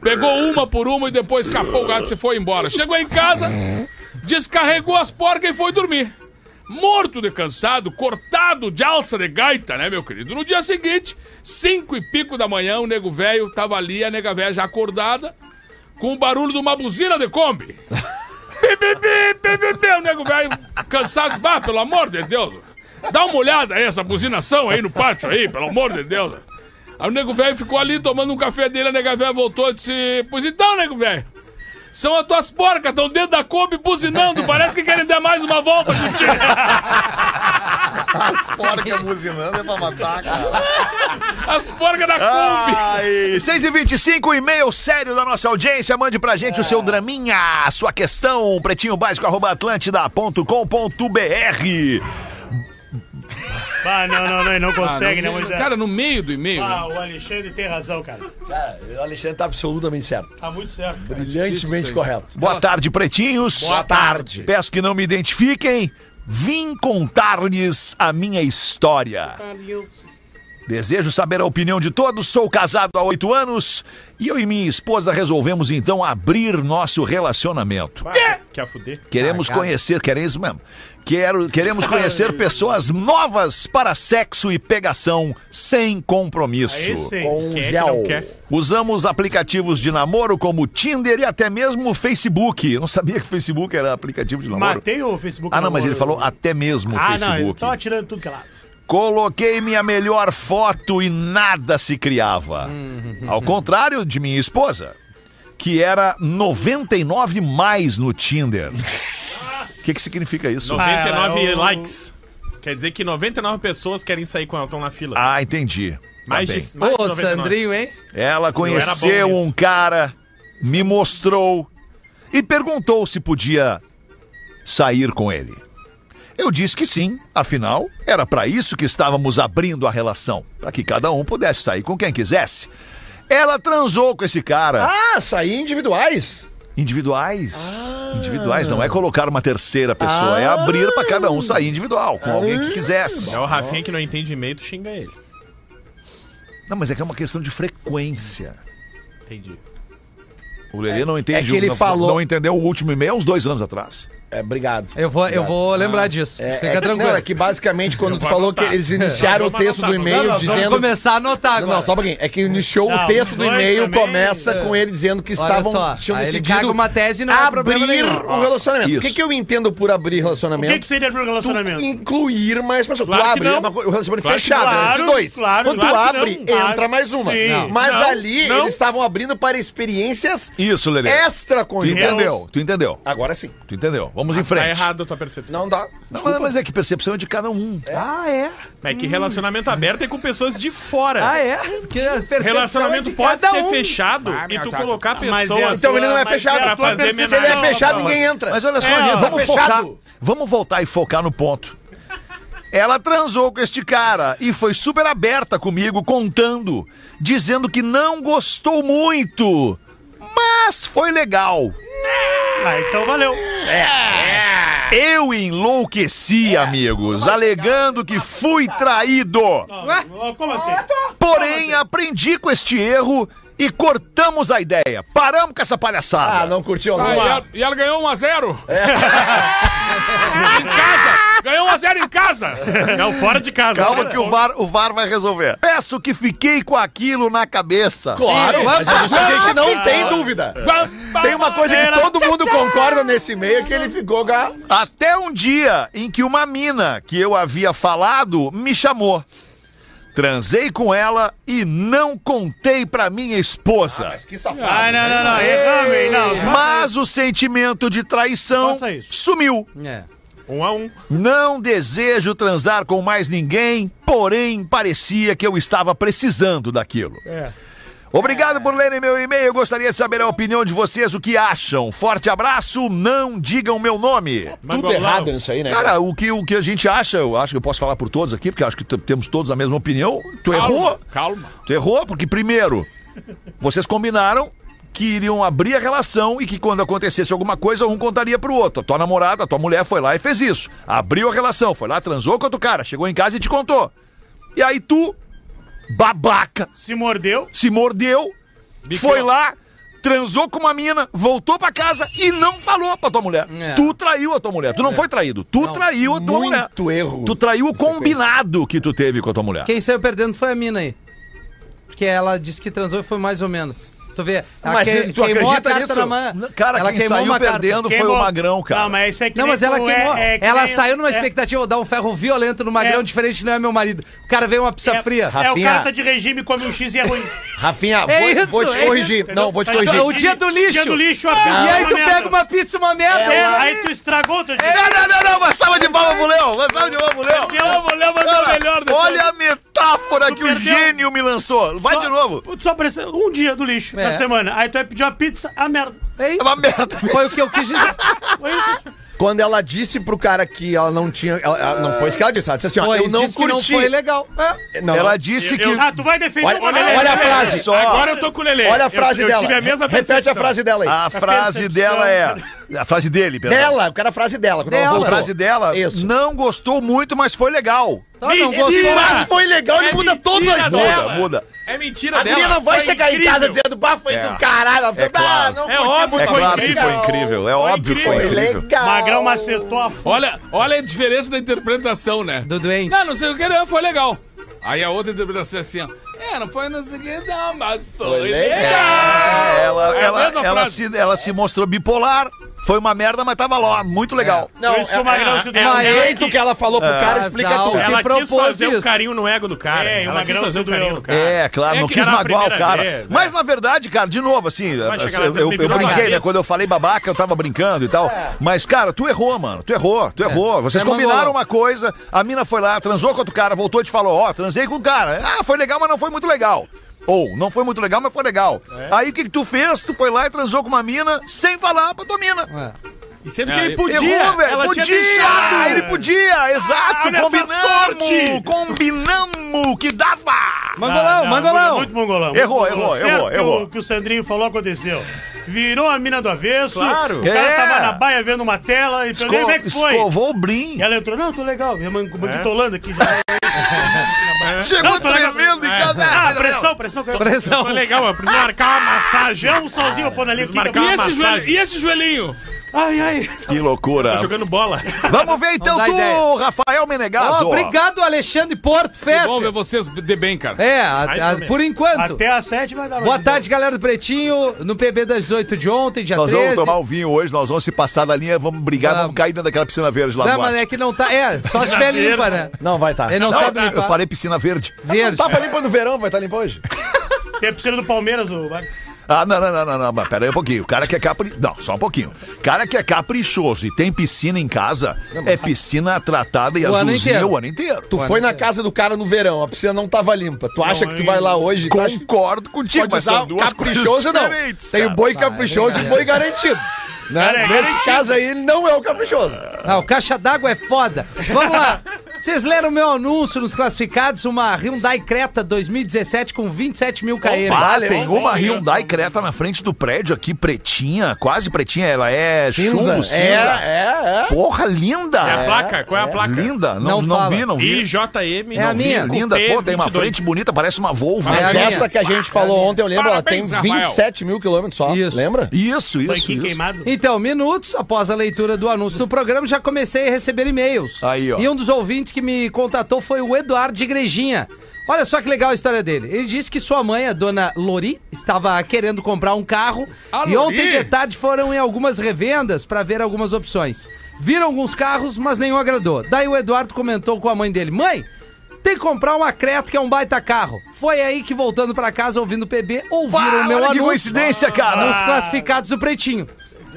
S5: Pegou uma por uma e depois escapou o gato e se foi embora. Chegou em casa, descarregou as porcas e foi dormir. Morto de cansado, cortado de alça de gaita, né, meu querido? No dia seguinte, cinco e pico da manhã, o nego velho tava ali, a nega velha já acordada, com o barulho de uma buzina de Kombi. Pi, pi, pi, pi, pi, pi. O nego velho cansado, disse, bah, pelo amor de Deus. Dá uma olhada aí, essa buzinação aí no pátio aí, pelo amor de Deus. Aí o nego velho ficou ali tomando um café dele, a nega velha voltou e disse, pois então, nego velho. São as tuas porcas, estão dentro da Kombi buzinando, parece que querem dar mais uma volta contigo.
S2: As porcas buzinando é pra matar, cara.
S5: As porcas da Kombi.
S2: Ai, 6h25, e-mail sério da nossa audiência. Mande pra gente o seu draminha, a sua questão, pretinho básico, arroba atlântida.com.br.
S10: Ah, não, não, não, ele não consegue, né, Moisés?
S5: Cara, no meio do e-mail, né?
S10: Ah, o Alexandre tem razão, cara.
S9: Cara, o Alexandre tá absolutamente certo.
S10: Tá muito certo. cara.
S9: Brilhantemente correto.
S2: Boa tarde, pretinhos.
S9: Boa tarde.
S2: Peço que não me identifiquem. Vim contar-lhes a minha história. Desejo saber a opinião de todos. Sou casado há oito anos e eu e minha esposa resolvemos então abrir nosso relacionamento.
S7: Quer fuder?
S2: Queremos conhecer, quereis mesmo. Quero, queremos conhecer pessoas novas para sexo e pegação sem compromisso.
S10: Aí sim.
S9: Com
S7: Quem é que
S9: gel.
S7: não quer?
S2: Usamos aplicativos de namoro como Tinder e até mesmo o Facebook. Eu não sabia que o Facebook era aplicativo de namoro.
S10: Matei o Facebook.
S2: Ah, não, mas
S10: namoro.
S2: ele falou até mesmo o
S10: Ah, não, ele
S2: Facebook.
S10: tava tirando tudo que é lá.
S2: Coloquei minha melhor foto e nada se criava.
S10: Uhum.
S2: Ao contrário de minha esposa, que era 99 mais no Tinder. O que, que significa isso?
S7: 99
S10: Ah, eu-
S7: likes. Quer dizer que 99 pessoas querem sair com ela, estão na fila.
S2: Ah, entendi. Tá
S7: mais
S2: bem.
S7: de, mais de
S8: Ô,
S7: 99.
S8: Sandrinho, hein?
S2: Ela conheceu
S7: bom
S2: um
S7: nisso.
S2: cara, me mostrou e perguntou se podia sair com ele. Eu disse que sim, afinal, era para isso que estávamos abrindo a relação, para que cada um pudesse sair com quem quisesse. Ela transou com esse cara.
S9: Ah, sair individuais?
S2: Individuais.
S9: Ah!
S2: Individuais, não é colocar uma terceira pessoa, é abrir para cada um sair individual, com alguém
S9: Ah!
S2: que quisesse.
S7: É o Rafinha que não entende e-mail, tu xinga ele.
S2: Não, mas é que é uma questão de frequência.
S7: Entendi.
S2: O Lelê não entende.
S9: É. que ele
S2: não,
S9: falou-
S2: Não entendeu o último e-mail há uns dois anos atrás.
S9: É, obrigado.
S8: Eu vou, eu
S9: Obrigado.
S8: vou lembrar disso.
S9: É,
S8: Fica
S9: é,
S8: tranquilo.
S9: Não, é que basicamente quando tu falou que eles iniciaram o
S7: vamos
S9: texto do
S7: anotar,
S8: Não,
S9: e-mail
S8: não, Vamos
S9: dizendo.
S8: começar a anotar
S9: Não,
S8: agora.
S9: não, só um pouquinho. É que iniciou
S10: Não,
S9: o texto do
S10: dois
S9: e-mail,
S10: também.
S9: começa com ele dizendo que
S8: Olha
S9: estavam.
S8: só,
S9: tinham
S8: aí ele
S9: decidido
S8: caga uma tese e não é
S9: abrir
S8: problema nenhum.
S9: o relacionamento. O que,
S2: Isso.
S9: que eu entendo por abrir
S10: O
S9: relacionamento?
S10: que, que seria pro
S9: Tu
S10: relacionamento?
S9: incluir mais pessoas.
S7: Claro
S9: tu
S7: que
S9: abre
S7: não.
S9: é uma co- o relacionamento
S7: Claro que
S9: fechado,
S10: claro,
S9: entre dois.
S10: claro,
S9: Quando
S10: claro
S9: tu
S10: que
S9: abre,
S10: não.
S9: entra
S10: Claro.
S9: mais uma.
S10: Sim. Não.
S9: Mas
S7: Não,
S9: ali
S7: não.
S9: eles estavam abrindo para experiências
S2: Isso, Lelê. Tu
S9: extraconjugais.
S2: entendeu, tu entendeu,
S9: Agora sim.
S2: tu entendeu. Vamos em
S7: Tá
S2: frente.
S7: errado a tua percepção.
S9: Não dá.
S2: Não, mas- mas é que percepção é de cada um.
S8: Ah, é?
S7: É que relacionamento aberto é com pessoas de fora.
S8: Ah, é? Que a percepção é
S7: Relacionamento
S8: de
S7: pode
S8: cada
S7: ser
S8: um.
S7: fechado e tu colocar
S10: Mas é a
S7: pessoas.
S9: Então ele não é
S10: Mas é
S9: fechado.
S7: assim, pra fazer
S9: Se ele é
S7: menor.
S9: fechado, ninguém entra.
S2: Mas olha só,
S10: É,
S2: gente,
S10: ó,
S2: vamos
S9: tá
S2: focar.
S9: fechado.
S2: Vamos voltar e focar no ponto. Ela transou com este cara e foi super aberta comigo, contando, dizendo que não gostou muito, mas foi legal.
S10: Ah, então valeu.
S2: Eu enlouqueci, amigos, alegando que fui traído.
S10: Ah, Como assim?
S2: Porém, aprendi com este erro e cortamos a ideia. Paramos com essa palhaçada.
S9: Ah, não curtiu
S5: Ah, e,
S9: alguma?
S5: ela, e ela ganhou 1 a 0 em casa! Ganhou 1 a 0 em casa!
S7: Não, fora de casa.
S2: Calma que o VAR, o VAR vai resolver. Peço que fiquei com aquilo na cabeça.
S9: Claro,
S8: Sim.
S9: mas isso a gente não tem dúvida. Tem uma coisa que todo mundo concorda nesse e-mail é que ele ficou ga-
S2: Até um dia em que uma mina que eu havia falado me chamou. Transei com ela e não contei pra minha esposa.
S9: Mas que safado.
S10: Ah, não, não, não. Erramos, hein? Não.
S2: Mas o sentimento de traição
S10: Faça isso.
S2: sumiu.
S8: É.
S7: Um a um.
S2: Não desejo transar com mais ninguém, porém parecia que eu estava precisando daquilo. Obrigado por lerem meu e-mail. Gostaria de saber a opinião de vocês, o que acham. Forte abraço, não digam meu nome.
S9: Tudo errado nisso aí, né?
S2: Cara, o que, o que a gente acha, eu acho que eu posso falar por todos aqui, porque eu acho que t- temos todos a mesma opinião. Tu errou,
S5: Calma.
S2: tu errou, porque primeiro, vocês combinaram que iriam abrir a relação e que quando acontecesse alguma coisa, um contaria pro outro. A tua namorada, a tua mulher foi lá e fez isso. Abriu a relação, foi lá, transou com outro cara, chegou em casa e te contou. E aí tu, babaca,
S10: Se mordeu.
S2: se mordeu, foi lá, transou com uma mina, voltou pra casa e não falou pra tua mulher.
S8: É.
S2: Tu traiu a tua mulher. Tu não foi traído. Tu traiu a tua mulher.
S9: Muito erro.
S2: Tu traiu o combinado que tu teve com a tua mulher.
S8: Quem saiu perdendo foi a mina aí. Porque ela disse que transou e foi mais ou menos. Tu vê, ela
S9: Mas
S8: que-
S9: tu
S8: queimou a
S9: acredita
S8: carta
S9: nisso?
S8: na mão.
S2: Cara,
S8: ela
S2: quem
S8: queimou
S2: saiu
S8: uma carta.
S2: perdendo foi
S10: Queimou.
S2: o Magrão, cara.
S10: Não, mas isso é que
S8: Não,
S10: nem
S8: mas ela
S10: tu-
S8: queimou.
S10: é- é que
S8: ela
S10: nem-
S8: saiu numa
S10: é-
S8: expectativa, vou dar um ferro violento no magrão
S10: É.
S8: diferente, não é meu marido. O cara veio uma pizza
S10: É,
S8: fria.
S10: É, o
S9: Rafinha.
S10: cara tá de regime, come um X e é ruim.
S9: Rafinha,
S8: É
S9: vou,
S8: isso,
S9: vou te
S8: é
S9: corrigir.
S10: isso,
S9: não, vou te corrigir.
S10: entendeu?
S8: É o dia do lixo.
S10: Dia do lixo, a
S8: E
S10: pizza é
S8: aí
S10: uma
S8: tu
S10: merda.
S8: pega uma É, pizza, uma merda.
S10: É,
S8: ela-
S10: aí tu estragou teu dia.
S2: Não, não, não, não, uma salva de palmas pro Léo. Uma salva de palmas pro Léo.
S10: Eu amo, Léo
S9: É,
S10: mandou
S2: Cara,
S10: é melhor depois.
S2: olha a metáfora que o
S10: perdeu.
S2: gênio me lançou. Vai
S10: Só-
S2: de novo.
S10: Tu só precisa um dia do lixo
S8: É.
S10: na semana. Aí tu vai pedir uma pizza, a merda.
S8: É
S2: É
S8: isso.
S2: uma merda.
S8: Foi o que eu quis dizer.
S10: Foi isso.
S9: Quando ela disse pro cara que ela não tinha. ela- ela- não foi isso que ela disse. Ela disse assim: ó,
S8: Foi,
S9: eu não
S8: disse que não
S9: curti.
S8: foi legal. É.
S9: Não,
S2: Ela disse que.
S10: Ah, é, tu vai defender
S9: Olha-
S10: uma
S9: olha-
S10: galera.
S9: olha a frase.
S2: Só.
S7: Agora eu tô com o Lelê.
S9: Olha a
S7: Eu-
S9: frase
S7: eu
S9: dela.
S7: tive a mesma
S9: Repete a
S7: percepção.
S9: frase dela aí.
S2: A frase dela é. A frase dele, perdão.
S9: Dela, eu quero a frase dela. Quando ela
S8: Dela.
S2: A
S9: voltou.
S2: frase dela
S9: Isso.
S2: não gostou muito, mas foi legal.
S8: Então, não
S10: Mentira!
S8: gostou.
S9: Mas foi legal,
S10: É
S9: ele muda todas
S2: Muda,
S9: as
S7: dela.
S2: muda.
S7: É mentira
S9: A
S7: dela.
S9: menina não vai
S7: Foi
S9: chegar
S7: incrível.
S9: em casa dizendo, bah, foi
S2: É.
S9: do caralho. Ela vai
S2: É claro.
S9: não,
S7: É
S9: curti
S7: óbvio
S9: muito,
S2: É
S7: Foi
S2: claro que
S7: incrível.
S2: foi incrível. É óbvio que foi
S9: Foi
S2: incrível.
S9: legal.
S10: Magrão macetou a foto.
S5: Olha, olha a diferença da interpretação, né?
S8: Do doente.
S5: Não, não sei o que, não, foi legal. Aí a outra interpretação é assim, ó. É, não foi não sei o que, não, mas foi, legal.
S2: É, Ela,
S5: É a
S2: ela,
S5: mesma
S2: ela
S5: frase.
S2: se, ela se mostrou bipolar. Foi uma merda, mas tava lá. Muito legal.
S9: Não,
S10: Por isso que
S9: é-
S10: o Magrão
S7: é-
S10: se
S9: é o
S8: Mas-
S10: deu.
S9: jeito que ela falou pro cara explica
S8: Casal.
S9: tudo.
S8: Ela é
S7: Ela
S8: propôs
S7: quis fazer
S8: isso.
S7: o carinho no ego do cara.
S10: É, e o
S7: ela quis
S10: Magrão
S7: fazer o
S10: se
S7: carinho
S10: doeu.
S7: no cara.
S2: É, claro,
S5: É
S2: não
S5: que
S2: quis
S7: era a
S2: magoar o
S7: primeira
S2: cara.
S7: vez,
S2: Mas na verdade, cara, de novo, assim,
S7: chegar
S2: assim,
S7: lá e
S2: eu,
S7: dizer,
S2: eu,
S7: me
S2: eu
S7: virou
S2: brinquei, né?
S7: cabeça.
S2: Quando eu falei babaca, eu tava brincando e tal. Mas, cara, tu errou, mano. Tu errou, tu errou. Vocês
S8: É,
S2: combinaram
S8: mandou.
S2: uma coisa, a mina foi lá, transou com outro cara, voltou e te falou, ó, transei com o cara. Ah, foi legal, mas não foi muito legal. Ou, não foi muito legal, mas foi legal. Aí o que, que tu fez? Tu foi lá e transou com uma mina sem falar pra tua mina.
S7: E sendo
S5: É,
S7: que ele
S5: ele-
S7: podia.
S2: Errou, velho.
S7: Ela
S2: podia.
S7: tinha deixado.
S2: Ele podia, exato.
S10: olha essa
S2: combinamos.
S10: sorte.
S2: Combinamos que dava.
S8: Mangolão,
S10: Ah, Não, não,
S8: mangolão.
S10: Muito mongolão.
S2: Errou,
S10: muito
S2: errou,
S10: mongolão.
S2: errou,
S10: Certo que
S2: errou.
S10: O que o Sandrinho falou aconteceu. Virou a mina do avesso.
S7: Claro.
S10: O cara
S2: É.
S10: tava na baia vendo uma tela e perguntou,
S2: Esco-
S10: como é que foi? É,
S2: Escovou o brim.
S10: E ela entrou, não, tô legal. Minha mãe
S9: É.
S10: manguitolando aqui. já.
S2: Chegou
S10: Não, tô legal.
S2: tremendo em casa.
S10: Ah, pressão, pressão.
S8: Pressão.
S7: Foi Tá legal, eu preciso marcar uma massagem.
S10: Deu um
S9: Ah,
S10: solzinho pra pôr na língua.
S7: Desmarcar
S5: E
S7: uma
S5: esse, joelho,
S7: massagem.
S5: e esse joelhinho?
S10: Ai, ai.
S2: Que loucura.
S7: Tá jogando bola.
S2: Vamos ver então
S8: dá
S2: tu,
S8: ideia.
S2: Rafael Menegaso.
S8: Ó, obrigado, Alexandre Porto,
S5: Que bom ver
S8: Feta.
S5: vocês de bem, cara.
S8: É, a-
S7: Mais
S8: a-
S7: ou menos.
S8: por enquanto.
S10: Até às sete vai dar.
S8: Boa tarde, galera do Pretinho. No PB das 18 de ontem, dia
S2: Nós
S8: 13.
S2: vamos tomar um vinho hoje, nós vamos se passar da linha, vamos brigar, vamos,
S8: Vamos.
S2: cair dentro daquela piscina verde lá
S8: Não,
S2: do
S8: mas é que não tá. É, só se tiver limpa, né?
S9: Não, vai tá. estar.
S8: Ele não, Tá sabe limpar.
S2: eu falei piscina verde.
S8: Verde.
S9: Tava limpa no verão, vai estar limpa hoje.
S10: Tem a piscina do Palmeiras, o... vai.
S2: Ah, não, não, não, não, não, mas pera aí um pouquinho. O cara que é caprichoso. Não, só um pouquinho. O cara que é caprichoso e tem piscina em casa, é piscina tratada e
S8: O ano
S2: azulzinha
S8: inteiro.
S2: o ano inteiro.
S9: Tu foi na casa do cara no verão, a piscina não tava limpa. Tu acha que tu vai lá hoje e tá tu acha-
S2: Concordo contigo,
S9: Pode
S2: mas
S9: usar
S2: tipo, são duas
S9: caprichoso
S2: coisas
S9: não.
S2: diferentes,
S9: Tem o
S2: cara.
S9: boi caprichoso e o boi garantido. Né?
S10: Cara, é
S9: Nesse
S10: garantido.
S9: caso aí, ele não é o caprichoso.
S8: Ah, o caixa d'água é foda. Vamos lá. Vocês leram meu anúncio nos classificados, uma Hyundai Creta 2017 com 27 mil km.
S2: Ah, tem
S10: Opa,
S2: uma
S10: sim.
S2: Hyundai Creta na frente do prédio aqui, pretinha, quase pretinha. Ela é chumbo, cinza.
S9: É, é, é.
S2: Porra, linda!
S7: É a placa? Qual é a placa?
S2: Linda, não,
S8: Não
S2: não,
S8: fala.
S2: vi, não vi.
S7: IJM.
S8: É a minha.
S7: Não vi.
S2: Linda,
S7: Coupé
S2: pô, tem uma
S7: 22.
S2: frente bonita, parece uma Volvo. né?
S8: É a
S9: Mas
S8: minha.
S9: essa que a gente falou ontem, eu lembro,
S5: Parabéns,
S9: ela tem
S5: Rafael.
S9: 27 mil quilômetros só.
S8: Isso.
S9: Lembra?
S2: Isso, isso,
S10: Banquinho
S2: isso.
S10: queimado.
S8: Então, minutos após a leitura do anúncio do programa, já comecei a receber e-mails.
S2: Aí, ó.
S8: E um dos ouvintes que me contatou foi o Eduardo de Igrejinha. Olha só que legal a história dele. Ele disse que sua mãe, a dona Lori, estava querendo comprar um carro.
S5: A
S8: e ontem
S5: Lori?
S8: de tarde foram em algumas revendas para ver algumas opções. Viram alguns carros, mas nenhum agradou. Daí o Eduardo comentou com a mãe dele: Mãe, tem que comprar uma Creta que é um baita carro. Foi aí que voltando para casa ouvindo o PB, ouviram
S2: Pá,
S8: o meu
S2: olha que
S8: anúncio.
S2: coincidência,
S8: Nos
S2: cara!
S8: classificados do Pretinho.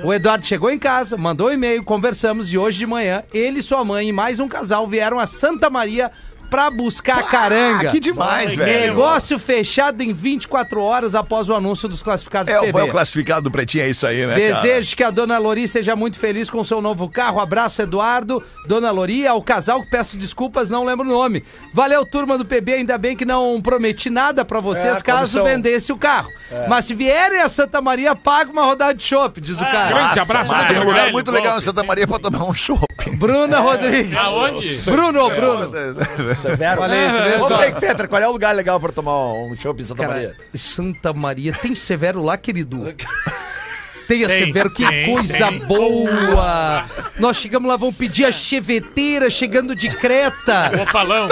S8: O Eduardo chegou em casa, mandou um e-mail, conversamos e hoje de manhã ele, sua mãe e mais um casal vieram a Santa Maria pra buscar caranga.
S2: Ah, Que demais, velho.
S8: Negócio fechado em 24 horas após o anúncio dos classificados
S2: É, o-
S8: PB.
S2: é o classificado do Pretinho, é isso aí, né, cara?
S8: Desejo que a dona Lori seja muito feliz com seu novo carro. Abraço, Eduardo. Dona Lori, ao casal que peço desculpas, não lembro o nome. Valeu, turma do PB. Ainda bem que não prometi nada pra vocês
S9: É,
S8: caso
S9: comissão.
S8: vendesse o carro. Mas se vierem a Santa Maria, paga uma rodada de chopp, diz o cara.
S5: Grande abraço,
S2: Mas tem um
S5: Matheus.
S2: lugar
S7: velho,
S2: muito legal em
S7: golpe,
S2: Santa Maria pra tomar um shopping.
S8: Bruna Rodrigues.
S7: Aonde?
S8: Bruno, Bruno. Falei,
S5: É,
S8: três
S9: Ô,
S5: Só-
S9: Fake Fetra, qual é o lugar legal pra tomar um chopp em Santa
S8: Cara,
S9: Maria?
S8: Santa Maria, tem Severo lá, querido? Tem a
S7: Tem,
S8: Severo, que
S7: tem,
S8: coisa
S7: tem.
S8: boa! Nós chegamos lá, vão pedir a cheveteira chegando de Creta.
S10: Falão.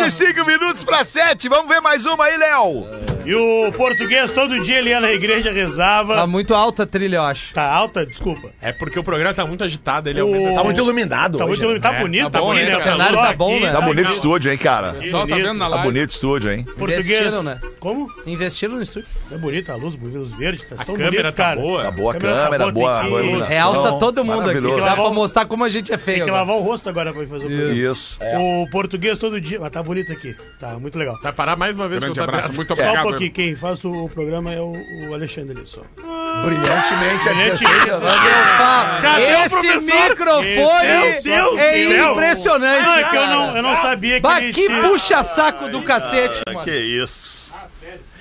S2: 25 minutos pra 7. Vamos ver mais uma aí, Léo.
S10: E o português, todo dia ele ia na igreja,
S8: Tá
S10: rezava.
S8: muito alta a trilha, eu acho.
S10: Tá alta? Desculpa.
S7: É porque o programa tá muito agitado, ele
S10: O-
S7: aumenta.
S9: Tá muito iluminado.
S10: Tá,
S9: hoje,
S10: muito, tá
S8: é,
S7: né?
S10: bonito,
S5: Tá
S10: tá
S5: bom,
S10: bonito.
S5: né,
S10: essa
S5: cara?
S8: O cenário
S10: luz
S8: tá bom,
S10: aqui,
S8: né?
S2: Tá bonito o estúdio, hein, cara?
S5: Só tá
S10: Bonito.
S5: vendo na
S2: Tá
S5: live.
S2: bonito o estúdio, hein?
S10: Português.
S8: Investiram, né?
S10: Como?
S8: Investiram nisso.
S10: É bonita a luz, bonita a luz verde. Tá
S7: A
S10: tão
S7: câmera
S10: bonito,
S7: tá
S10: cara.
S7: boa.
S2: Tá boa a
S10: Câmera tá
S2: câmera,
S10: boa,
S2: boa
S10: tem
S2: boa
S10: que-
S2: iluminação.
S8: Realça todo mundo aqui. que
S2: Maravilhoso.
S8: Dá pra
S10: Maravilhoso.
S8: mostrar como a gente é
S10: Tem
S8: feio.
S10: que
S8: agora.
S10: lavar o rosto agora pra fazer o programa.
S2: Isso.
S7: É.
S10: O português todo dia. Mas tá bonito aqui. Tá muito legal.
S7: Vai parar mais uma vez
S5: Grande
S7: com outra
S5: abraço,
S7: piada. É,
S5: muito
S10: Só um
S5: obrigado.
S10: pouquinho, quem faz o programa é o, o Alexandre ali só.
S9: Brilhantemente,
S7: é
S9: a
S10: Brilhante.
S7: assim.
S9: 16 anos.
S8: Ah,
S10: Cadê o
S8: Esse
S10: professor?
S8: microfone
S10: Meu Deus
S8: é
S10: do céu.
S8: impressionante,
S10: Ah, é que eu não,
S8: cara.
S10: eu não sabia que
S8: Bah,
S10: ele
S8: que
S10: tinha-
S8: puxa-saco do cacete, mano.
S2: Que isso.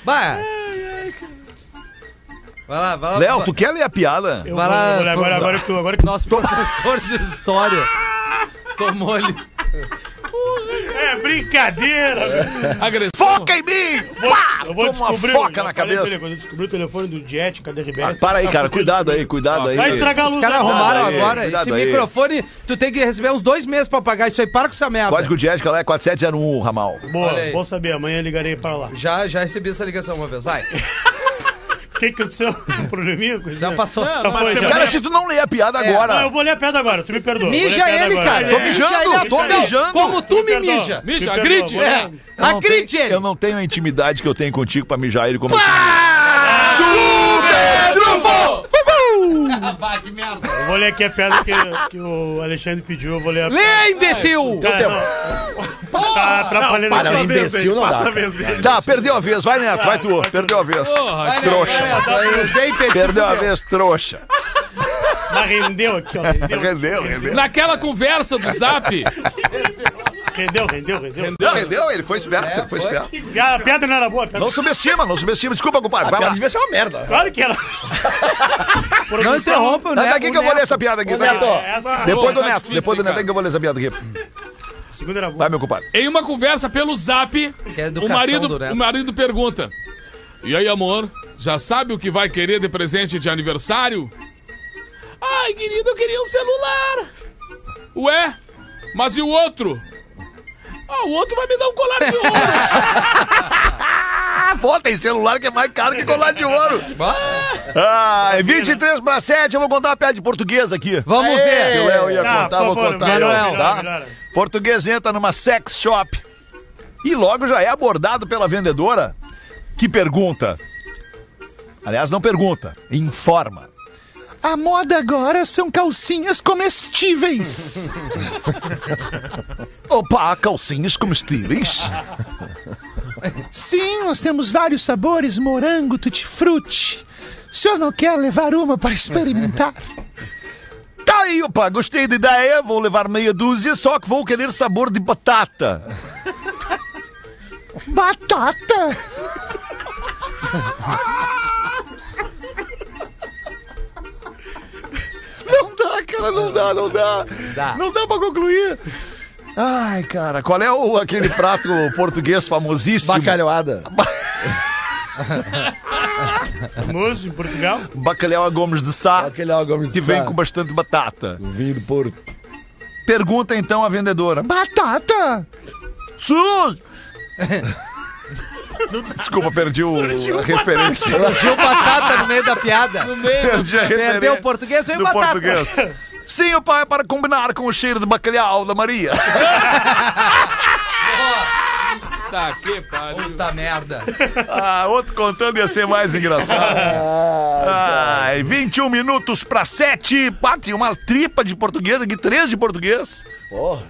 S8: Vai. Vai lá, vai lá.
S2: Léo, tu quer ler a piada?
S10: Eu
S8: Vai
S10: vou-
S8: lá,
S10: vou- agora,
S8: vamos
S10: agora,
S8: lá.
S10: que, agora que.
S8: Nosso professor de história tomou ali.
S10: É brincadeira! velho.
S5: Agressão.
S2: Foca em mim! Pá!
S10: Eu vou
S2: É. Toma uma
S10: descobrir.
S2: foca
S10: eu
S2: na
S10: falei pra ele,
S2: cabeça.
S10: Quando eu descobri o telefone do Jet, cadê
S2: Ah,
S10: RBS?
S2: para aí,
S10: tá
S2: cara.
S10: fudido.
S2: Cuidado aí, cuidado aí.
S10: Vai estragar a luz.
S8: Os caras
S10: da-
S8: arrumaram
S2: aí,
S8: agora.
S2: cuidado
S8: Esse
S2: aí.
S8: microfone, tu tem que receber uns dois meses pra pagar isso aí. Para com essa merda.
S2: Código de ética lá é 4701, Ramal.
S10: Boa,
S8: Olha aí.
S10: bom saber. Amanhã eu ligarei para lá.
S8: Já, já recebi essa ligação uma vez. Vai.
S10: O que que aconteceu? Um probleminha? Coisa?
S8: Já passou.
S10: Já foi, já.
S2: Cara, se tu não ler a piada
S8: É.
S10: Não, eu
S2: agora.
S10: então, vou ler a pedra agora, tu me perdoa. Vou
S8: Mija
S10: ler a piada
S8: ele,
S10: agora.
S8: cara.
S2: Tô
S10: É.
S2: mijando,
S8: Mija ele,
S2: tô
S8: não,
S2: mijando.
S8: Como tu me
S10: perdoa.
S8: mija.
S5: Mija,
S10: Te perdoa,
S5: agride.
S10: vou
S8: É.
S10: ler.
S2: Eu não tenho-
S8: Acredite ele.
S2: Eu não tenho a intimidade que eu tenho contigo pra mijar ele como. eu Super trunfo!
S8: Vai, que merda.
S10: Eu vou ler aqui a pedra que, que o Alexandre pediu, eu vou ler a
S8: Lê, imbecil.
S10: Cara,
S2: tempo.
S10: não. Tá atrapalhando
S7: Passa
S10: a
S7: a
S10: minha
S7: vez
S9: imbecil
S7: dele,
S9: não
S7: passa
S9: dá,
S7: a vez dele.
S2: Tá, perdeu a vez. Vai, Neto, vai tu. Perdeu a vez.
S5: Porra,
S9: né?
S2: trouxa. Perdeu a
S8: vez.
S2: vez, trouxa.
S10: Mas rendeu aqui, ó. Rendeu,
S2: Rendeu, rendeu.
S5: Naquela conversa do zap,
S10: rendeu, rendeu. rendeu.
S2: Não, rendeu, ele foi esperto, ele foi
S8: foi.
S2: esperto.
S10: A pedra não era boa, a pedra.
S2: Não subestima, não subestima. Desculpa, compadre. Vai
S9: Piada
S2: lá.
S9: devia ser uma merda.
S10: Claro que era.
S8: Não interrompa o
S2: Tá,
S8: Neto.
S2: Daqui que eu vou ler essa piada aqui.
S9: Ô,
S2: daqui.
S9: Neto,
S10: É, essa,
S2: Depois do
S5: Tá
S2: Neto,
S5: difícil,
S2: depois do
S5: hein,
S2: Neto é que eu vou ler essa piada aqui.
S10: a segunda era boa.
S2: Vai, meu compadre.
S5: em uma conversa pelo zap,
S8: Que é a
S5: o
S8: educação
S5: marido,
S8: do Neto.
S5: o marido pergunta: E aí, amor, já sabe o que vai querer de presente de aniversário? Ai, querido, eu queria um celular. Ué, mas e o outro? Ah, o outro vai me dar um colar de ouro.
S2: Ah, pô, tem celular que é mais caro que colar de ouro.
S8: Bah,
S2: Ah, é 23 para 7, eu vou contar a piada de português aqui.
S8: Vamos
S2: Que o
S8: ver.
S2: Léo ia
S10: Ah,
S2: contar,
S10: por
S2: vou
S10: favor,
S2: contar
S8: melhor,
S2: eu,
S10: melhor,
S2: tá?
S10: melhor.
S2: Português entra numa sex shop e logo já é abordado pela vendedora que pergunta. Aliás, não pergunta, informa. A moda agora são calcinhas comestíveis. Opa, calcinhas comestíveis? Sim, nós temos vários sabores: morango, tutti-frutti. O senhor não quer levar uma para experimentar? Tá aí, opa, gostei da ideia. Vou levar meia dúzia, só que vou querer sabor de batata. batata? Não dá, cara, não dá, não dá.
S8: Dá.
S2: Não dá pra concluir. Ai, cara, qual é o, aquele prato português famosíssimo?
S9: Bacalhoada.
S10: Famoso em Portugal.
S2: Bacalhau a Gomes de Sá,
S9: Aquele é o Gomes
S2: que
S9: de
S2: vem
S9: Sá.
S2: com bastante batata.
S9: Vinho do Porto.
S2: Pergunta então a vendedora: Batata? Sus! Desculpa, perdi o, a referência.
S8: Surgiu um batata no meio da piada.
S2: Perdi a
S8: Perdeu o
S2: referência
S8: português, veio
S2: do
S8: batata.
S2: português. Sim, o pai, para combinar com o cheiro de bacalhau da Maria.
S5: Tá, que pariu.
S8: Puta merda.
S2: Ah, outro contando ia ser mais engraçado. Ai, 21 minutos para 7. Ah, tem uma tripa de português aqui, três de português.
S9: Porra.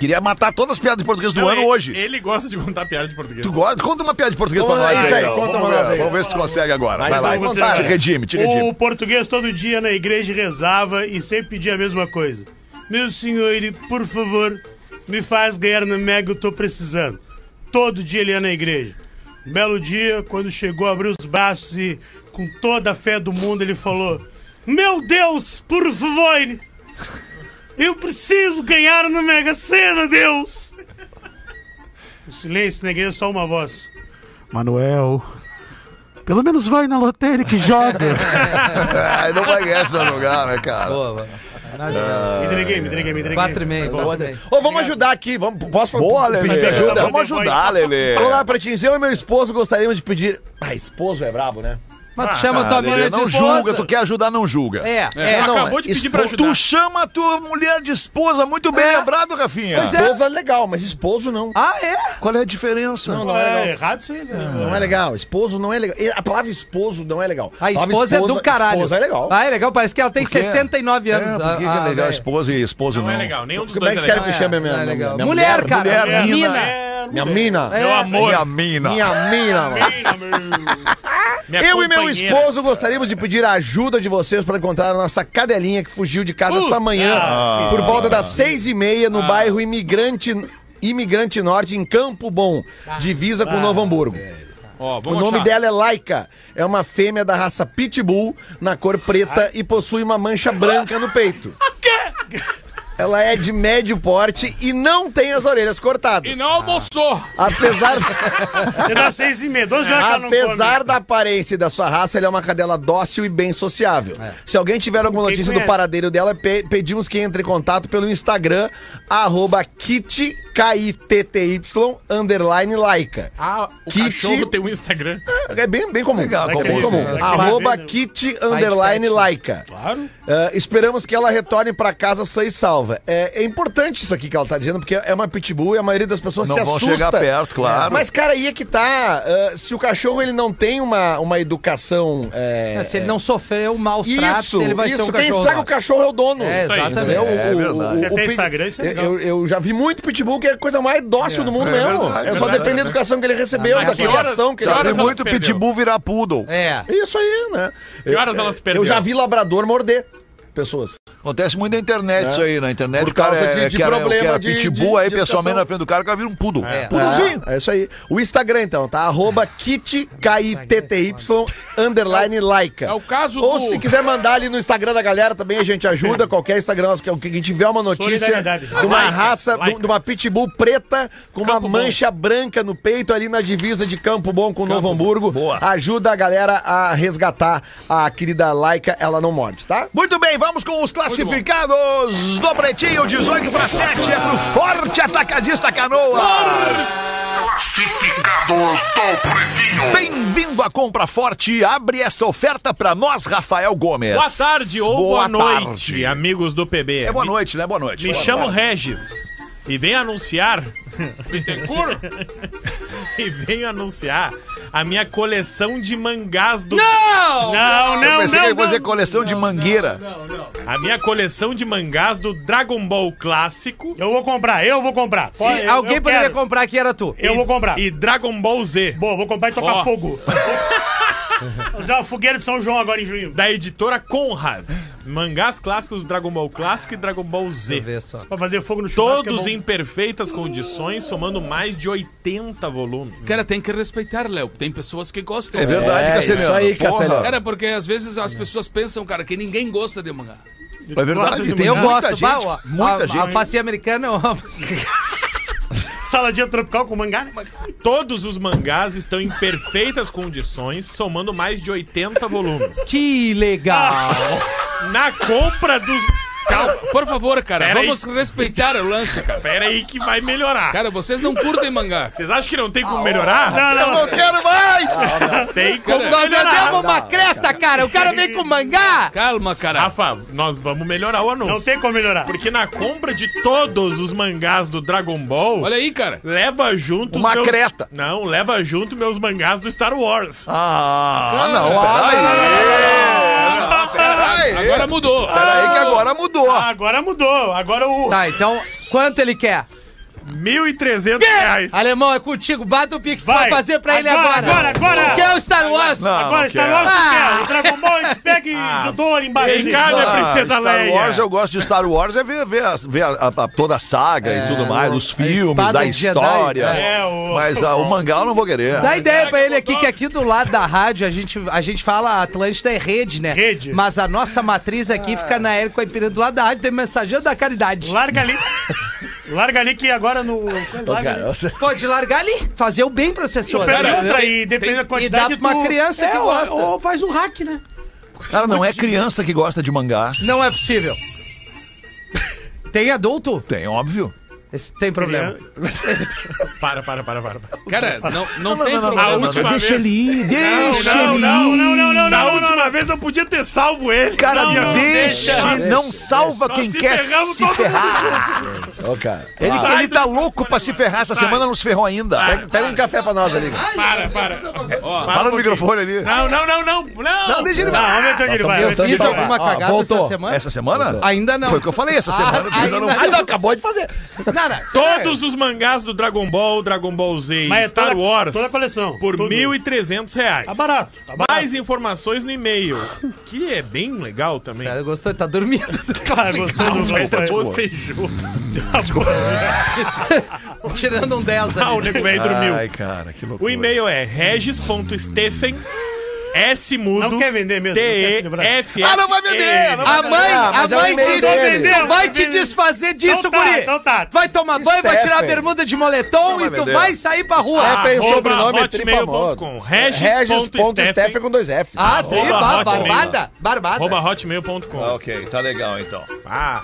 S2: Queria matar todas as piadas de português do
S7: Não,
S2: um ano
S7: ele-
S2: hoje.
S7: Ele gosta de contar piada de português.
S2: Tu gosta? Conta uma piada de português pra
S9: Vamos
S2: nós.
S9: lá, isso aí,
S2: então.
S9: conta
S2: Vamos
S9: uma
S2: ver,
S9: nós aí.
S2: Vamos ver se tu consegue agora. Vai, lá.
S10: vamos
S2: Te
S10: lá.
S2: redime, te redime.
S10: O português todo dia na igreja rezava e sempre pedia a mesma coisa. Meu senhor, ele, por favor, me faz ganhar no Mega, eu tô precisando. Todo dia ele ia na igreja. Um belo dia, quando chegou, abriu os braços e, com toda a fé do mundo, ele falou: Meu Deus, por favor, eu preciso ganhar no Mega Sena, Deus! O silêncio na igreja, é só uma voz. Manuel, pelo menos vai na lotérica que joga.
S2: Ai, não conhece no lugar, né, cara?
S8: Boa, nada
S10: Me entreguei, me entreguei, me entreguei.
S8: Quatro e meio, quatro e meio.
S9: Ô, vamos ajudar aqui. Vamos, posso
S2: Boa,
S9: pedir
S2: Lelê.
S9: ajuda?
S2: Vamos ajudar, Lelê.
S9: Olá, Pretinho. Eu e meu esposo gostaríamos de pedir. Ah, esposo é brabo, né?
S8: Mas tu chama tua
S2: Ah, Lelê,
S8: mulher de
S2: não
S8: esposa.
S2: julga, tu quer ajudar, não julga.
S8: É, é.
S9: não,
S7: Acabou de pedir pra
S2: Pô,
S7: ajudar.
S2: Tu chama a tua mulher de esposa, muito bem lembrado, Rafinha.
S8: Pois é.
S9: Esposa é legal, mas esposo não.
S8: Ah, é?
S2: Qual é a diferença?
S9: Não, não é
S10: É,
S9: legal.
S10: errado isso aí, né?
S9: Não é legal. Esposo não é legal. E A palavra esposo não é legal.
S8: A
S9: palavra
S8: esposa é do caralho.
S9: Esposa é legal.
S8: Ah, é legal. Parece que ela tem
S2: Por quê?
S8: 69 anos. Ah,
S2: É, por que, que
S8: a-
S2: é
S8: a
S2: legal
S8: velha.
S2: esposa e esposo não?
S7: Não é legal, nenhum dos
S9: Como é
S7: dois é
S9: que você quer
S7: legal.
S9: que
S8: Ah, é,
S9: chame a
S8: não
S9: minha,
S8: é
S9: minha,
S8: legal.
S9: minha
S8: Mulher, cara.
S2: mulher,
S8: mina.
S2: mina.
S10: É,
S9: Minha mina.
S8: É.
S7: Meu amor,
S2: Minha mina.
S9: Minha mina, mano.
S10: mina, meu.
S7: minha
S5: É
S9: Eu e meu
S7: companheira.
S9: esposo gostaríamos de pedir a ajuda de vocês para encontrar a nossa cadelinha que fugiu de casa essa manhã, por volta das seis e meia,
S5: Ah.
S9: no bairro Imigrante, Imigrante Norte, em Campo Bom, divisa com Novo Hamburgo.
S5: Ó, Ah, vamos
S9: O nome
S5: achar.
S9: dela é Laika, é uma fêmea da raça Pitbull, na cor
S5: Ah.
S9: preta, e possui uma mancha branca no peito. Ela é de médio porte e não tem as orelhas cortadas.
S5: E não almoçou.
S9: Apesar...
S10: Você dá seis e meia, 12 horas que ela não
S9: Apesar
S10: come.
S9: da aparência e da sua raça, ela é uma cadela dócil e bem sociável.
S7: É.
S9: Se alguém tiver alguma
S10: Quem
S9: notícia do
S10: conhece?
S9: paradeiro dela, pe- pedimos que entre em contato pelo Instagram, arroba Kitty, K-I-T-T-Y, underline laica.
S7: Ah, o
S9: Kit-
S7: cachorro tem um Instagram.
S9: É bem, bem comum.
S8: Legal,
S9: bem
S8: daquele-
S9: comum.
S2: né?
S10: daquele-
S9: Arroba
S10: daquele-
S9: Kitty, underline laica.
S10: Claro.
S9: Ah, esperamos que ela retorne pra casa sã e salva. É, é importante isso aqui que ela tá dizendo, porque é uma pitbull e a maioria das pessoas
S2: Não
S9: se
S2: vão
S9: assusta.
S2: chegar perto, claro.
S9: Mas, cara, aí é que tá. ah, se o cachorro ele não tem uma, uma educação. é,
S8: É, Se ele não sofreu maus tratos,
S9: Isso,
S8: ele vai
S9: isso.
S8: ser um
S9: quem
S8: cachorro.
S9: estraga o
S8: macho.
S9: cachorro é o dono.
S8: É,
S7: aí,
S8: exatamente.
S9: Entendeu? O-
S2: É
S9: o-
S2: verdade.
S9: o-
S10: Você
S9: o
S10: tem
S9: pit-
S10: Instagram, isso é
S9: eu-
S10: legal.
S9: eu, eu já vi muito pitbull, que é a coisa mais dócil do mundo
S2: É
S9: mesmo.
S2: verdade,
S9: é só
S2: verdade,
S9: depender do educação que ele recebeu,
S8: Mas
S9: da
S8: que horas-
S9: criação que ele
S7: que horas
S2: Tem
S9: aprendeu.
S7: ela
S2: muito
S7: se perdeu?
S2: pitbull virar poodle.
S8: É.
S9: Isso aí, né?
S7: Que horas ela se perdeu?
S9: Eu já vi labrador morder pessoas.
S2: Acontece muito na internet isso aí, na internet.
S9: É. Por
S2: o cara
S9: causa
S2: é-
S9: de- de
S2: que era-
S9: problema
S2: que era
S9: de-
S2: pitbull,
S9: de-
S2: aí
S9: de
S2: pessoalmente
S9: educação.
S2: na frente do cara, o cara vira um poodle.
S8: É.
S9: Puruzinho. É, isso aí. O Instagram, então, tá? Arroba Kitty, K-I-T-T-Y, underline laica.
S5: É o caso
S9: Ou
S5: do-
S9: se quiser mandar ali no Instagram da galera também, a gente ajuda. Qualquer Instagram, nós que- o que tiver é uma notícia
S10: Solidariedade.
S9: de uma
S7: Laica,
S9: raça, de um-
S7: laica.
S9: de uma pitbull preta com uma
S7: Campo Bom.
S9: mancha branca no peito ali na divisa de Campo Bom com Novo Hamburgo. Ajuda a galera a resgatar a querida laica. Ela não morde, tá?
S2: Muito bem, vamos com os classificados do Pretinho, 18 para 7, é pro Forte Atacadista Canoa.
S1: Classificados do Pretinho.
S2: Bem-vindo à Compra Forte, abre essa oferta para nós, Rafael Gomes.
S7: Boa tarde ou boa, noite,
S2: tarde.
S7: amigos do PB.
S2: É boa
S7: Me-
S2: noite, né? Boa noite.
S7: Me
S2: Boa
S7: chamo
S2: tarde.
S7: Regis e venho anunciar
S5: Bittencourt?
S7: e venho anunciar a minha coleção de mangás do
S8: Não!
S10: Não,
S2: Eu
S10: não,
S2: pensei que ele
S10: não.
S2: fosse
S10: não.
S2: coleção de mangueira.
S7: a minha coleção de mangás do Dragon Ball clássico
S10: Eu vou comprar, eu vou comprar.
S8: Se
S10: Pode- eu-
S8: alguém
S10: eu
S8: poderia
S10: quero.
S8: comprar aqui, era tu.
S10: Eu vou comprar.
S7: e Dragon Ball Z
S10: Boa, vou comprar e tocar
S5: Ó.
S10: fogo. Usar a fogueira de São João agora em junho.
S7: da editora Conrad. Mangás clássicos do Dragon Ball clássico e Dragon Ball Z.
S8: Vê só.
S10: Pra fazer fogo no churrasco.
S7: Todos
S10: é bom.
S7: em perfeitas condições, somando mais de 80 volumes.
S5: Cara, tem que respeitar, Léo. Tem pessoas que gostam.
S2: É verdade,
S9: É,
S2: Castelhano.
S9: isso aí,
S2: Porra.
S9: Castelhano.
S5: Cara, porque às vezes as pessoas pensam, cara, que ninguém gosta de mangá.
S2: É verdade.
S10: Eu
S2: tem
S8: Eu
S2: muita
S8: gosto,
S2: gente,
S8: bah, ó,
S2: Muita
S8: a,
S2: gente.
S8: A facinha americana, ó,
S10: Saladinha tropical com mangá. né?
S7: Todos os mangás estão em perfeitas condições, somando mais de 80 volumes.
S8: que legal.
S7: Na compra dos. Calma,
S5: Por favor, cara,
S7: Pera aí.
S5: vamos respeitar o lance, cara.
S7: pera aí que vai melhorar.
S5: Cara, vocês não curtem mangá.
S7: Vocês acham que não tem como melhorar?
S10: Ah, Não, não,
S2: Eu não quero mais!
S7: Tem como
S5: Cara,
S8: Nós
S7: melhorar.
S8: andamos uma creta, cara. O cara vem com mangá.
S5: Calma, cara.
S7: Rafa, nós vamos melhorar o anúncio.
S10: Não tem como melhorar.
S7: Porque na compra de todos os mangás do Dragon Ball,
S5: Olha aí, cara.
S7: leva junto
S2: Uma
S7: meus...
S2: creta.
S7: Não, leva junto meus mangás do Star Wars.
S2: Ah, não, peraí. Peraí.
S5: Agora mudou.
S2: Peraí é. que agora mudou.
S10: Ah, agora mudou. Agora o.
S8: Tá, então, quanto ele quer?
S7: 1.300 reais.
S8: Alemão, é contigo. Bata o pix pra
S10: Vai.
S8: fazer pra ele
S10: Agora,
S8: agora.
S10: agora, agora.
S8: Que é o Star Wars.
S10: Agora, Star Wars, tu quer? O Dragon Ball, eles pegam e juntou ali embaixo.
S7: Ah.
S10: Ah,
S7: Vem cá, minha princesa
S2: Star
S7: Leia.
S9: É.
S2: Wars, eu gosto de Star Wars, é ver, ver, as- ver a- a- a- toda a saga
S9: É,
S2: e tudo mais, os filmes,
S8: espada
S2: da
S8: de Jedi,
S2: história.
S10: né? É, o-
S2: Mas ah, o mangá eu não vou querer.
S8: Dá ideia pra ele aqui que aqui do lado da rádio a gente, a gente fala Atlântida é rede, né?
S10: Rede.
S8: Mas a nossa matriz aqui fica na Érico Aipira do lado da rádio, tem mensageiro da caridade.
S10: Larga ali. Larga ali que agora no. Larga ali.
S8: Pode largar ali, fazer o bem pra pessoas.
S10: Pega
S5: Cara,
S10: outra
S5: tem-
S10: aí, depende
S5: tem-
S10: da
S8: E dá
S10: quantidade
S8: pra uma
S10: tu-
S8: criança que
S10: É, ou-
S8: gosta.
S10: Ou faz um hack, né?
S2: Cara, não é criança que gosta de mangá.
S8: Não é possível. Tem adulto?
S2: Tem, óbvio.
S8: Esse tem problema.
S7: Para, para, para, para. para.
S5: Cara, não, não, tem problema.
S7: não, não. última
S2: deixa
S7: vez.
S2: ele ir, deixa
S10: Não,
S2: ele
S10: não,
S2: ir.
S10: não, não, não,
S7: Na
S10: não, não,
S7: última vez eu podia ter salvo ele.
S2: Cara,
S7: Não, não,
S2: deixa,
S7: deixa.
S2: não salva
S7: Nós
S2: quem
S7: se
S2: quer
S7: ferramos
S2: se
S7: todo mundo
S2: ferrar.
S9: Ô, cara.
S2: Ele,
S7: Sai
S2: ele
S7: do-
S2: tá louco pra se ferrar, essa
S7: Sai.
S2: semana não se ferrou ainda.
S9: Pega, pega um café pra nós ali.
S7: Para, para.
S5: Ó,
S2: Fala no microfone ali.
S7: Não, não, não, não, não.
S2: Não, deixa ele
S10: Não,
S2: vai.
S10: vamos ver até onde ele vai.
S9: Eu
S10: vamos ver
S8: Fiz
S10: até onde ele
S8: alguma
S9: Ó,
S8: cagada essa
S9: voltou.
S8: semana?
S2: Essa semana?
S8: Ainda não.
S2: Foi o que eu falei essa semana.
S8: Ah,
S2: ainda não-
S8: ainda
S2: Ah, não,
S8: não.
S2: acabou de fazer.
S8: Não, não.
S7: Todos os mangás do Dragon Ball, Dragon Ball Z
S10: Mas é
S7: e Star
S10: toda-
S7: Wars
S10: toda a coleção,
S7: por
S10: tudo.
S7: R$ 1.300 reais.
S10: Tá barato, tá barato.
S7: Mais informações no e-mail, que é bem legal também.
S8: Cara, gostou? Tá dormindo.
S10: vai. Tá Ah, gostou do- gostou.
S7: Bocejou.
S8: Tirando um 10
S7: Ah, o
S8: ali.
S7: nego velho dormiu.
S2: Ai, cara, que loucura.
S7: O e-mail é regis.stephen S mudo
S10: Não quer vender mesmo, não quer
S7: T
S10: se livrar.
S7: E F
S2: Ah, não vai vender! não vai
S8: A
S2: vender.
S8: mãe,
S9: Ah,
S8: a
S9: mas é o
S8: mãe
S9: e-mail
S8: disse,
S9: dele.
S10: Entendeu?
S8: vai te desfazer disso,
S10: Então tá,
S8: guri.
S10: então tá.
S8: Vai tomar banho, vai tirar a
S9: Stephen.
S8: bermuda de moletom
S2: vai
S8: e tu
S2: vender.
S8: vai sair pra rua.
S9: Stephen, o sobrenome é
S7: hotmail.com.
S9: trifamoso.
S11: É,
S9: Regis.Stephen
S7: Regis.stephen
S9: com dois F.
S8: Ah, tri,
S7: Arroba
S8: ba-
S7: hotmail.
S8: barbada, barbada.
S7: arroba hotmail.com.
S2: Ok, tá legal então.
S7: Ah,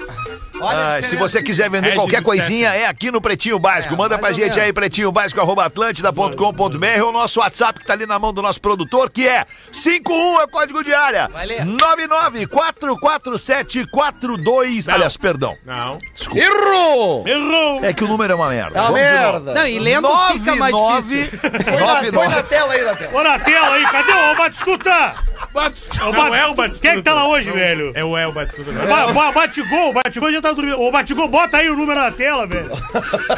S8: Olha a
S2: Ah,
S8: diferença.
S2: se você quiser vender
S7: Regis
S2: qualquer
S7: Stephen.
S2: coisinha, é aqui no Pretinho Básico.
S8: É,
S2: Manda pra
S8: mais ou
S2: gente aí,
S8: menos.
S2: pretinho básico, arroba atlântida.com.br ou nosso WhatsApp que tá ali na mão do nosso produtor, que é 51 é o código de área.
S8: Valeu.
S2: 9944742. Aliás, perdão.
S7: não.
S9: Errou!
S10: Errou!
S2: É que o número é uma merda.
S9: É uma
S2: Vamos de novo.
S9: merda.
S8: Não, e lendo fica mais difícil.
S2: 99
S9: Põe na tela aí, na tela.
S10: Ô, na tela aí, cadê o Batistuta?
S7: Não é o Batistuta.
S10: Quem é que tá lá hoje,
S7: Não,
S10: velho?
S7: É o El Batistuta.
S10: Ba ba Batigol, Batigol já tá dormindo. Ô, Batigol, bota aí o número na tela, velho.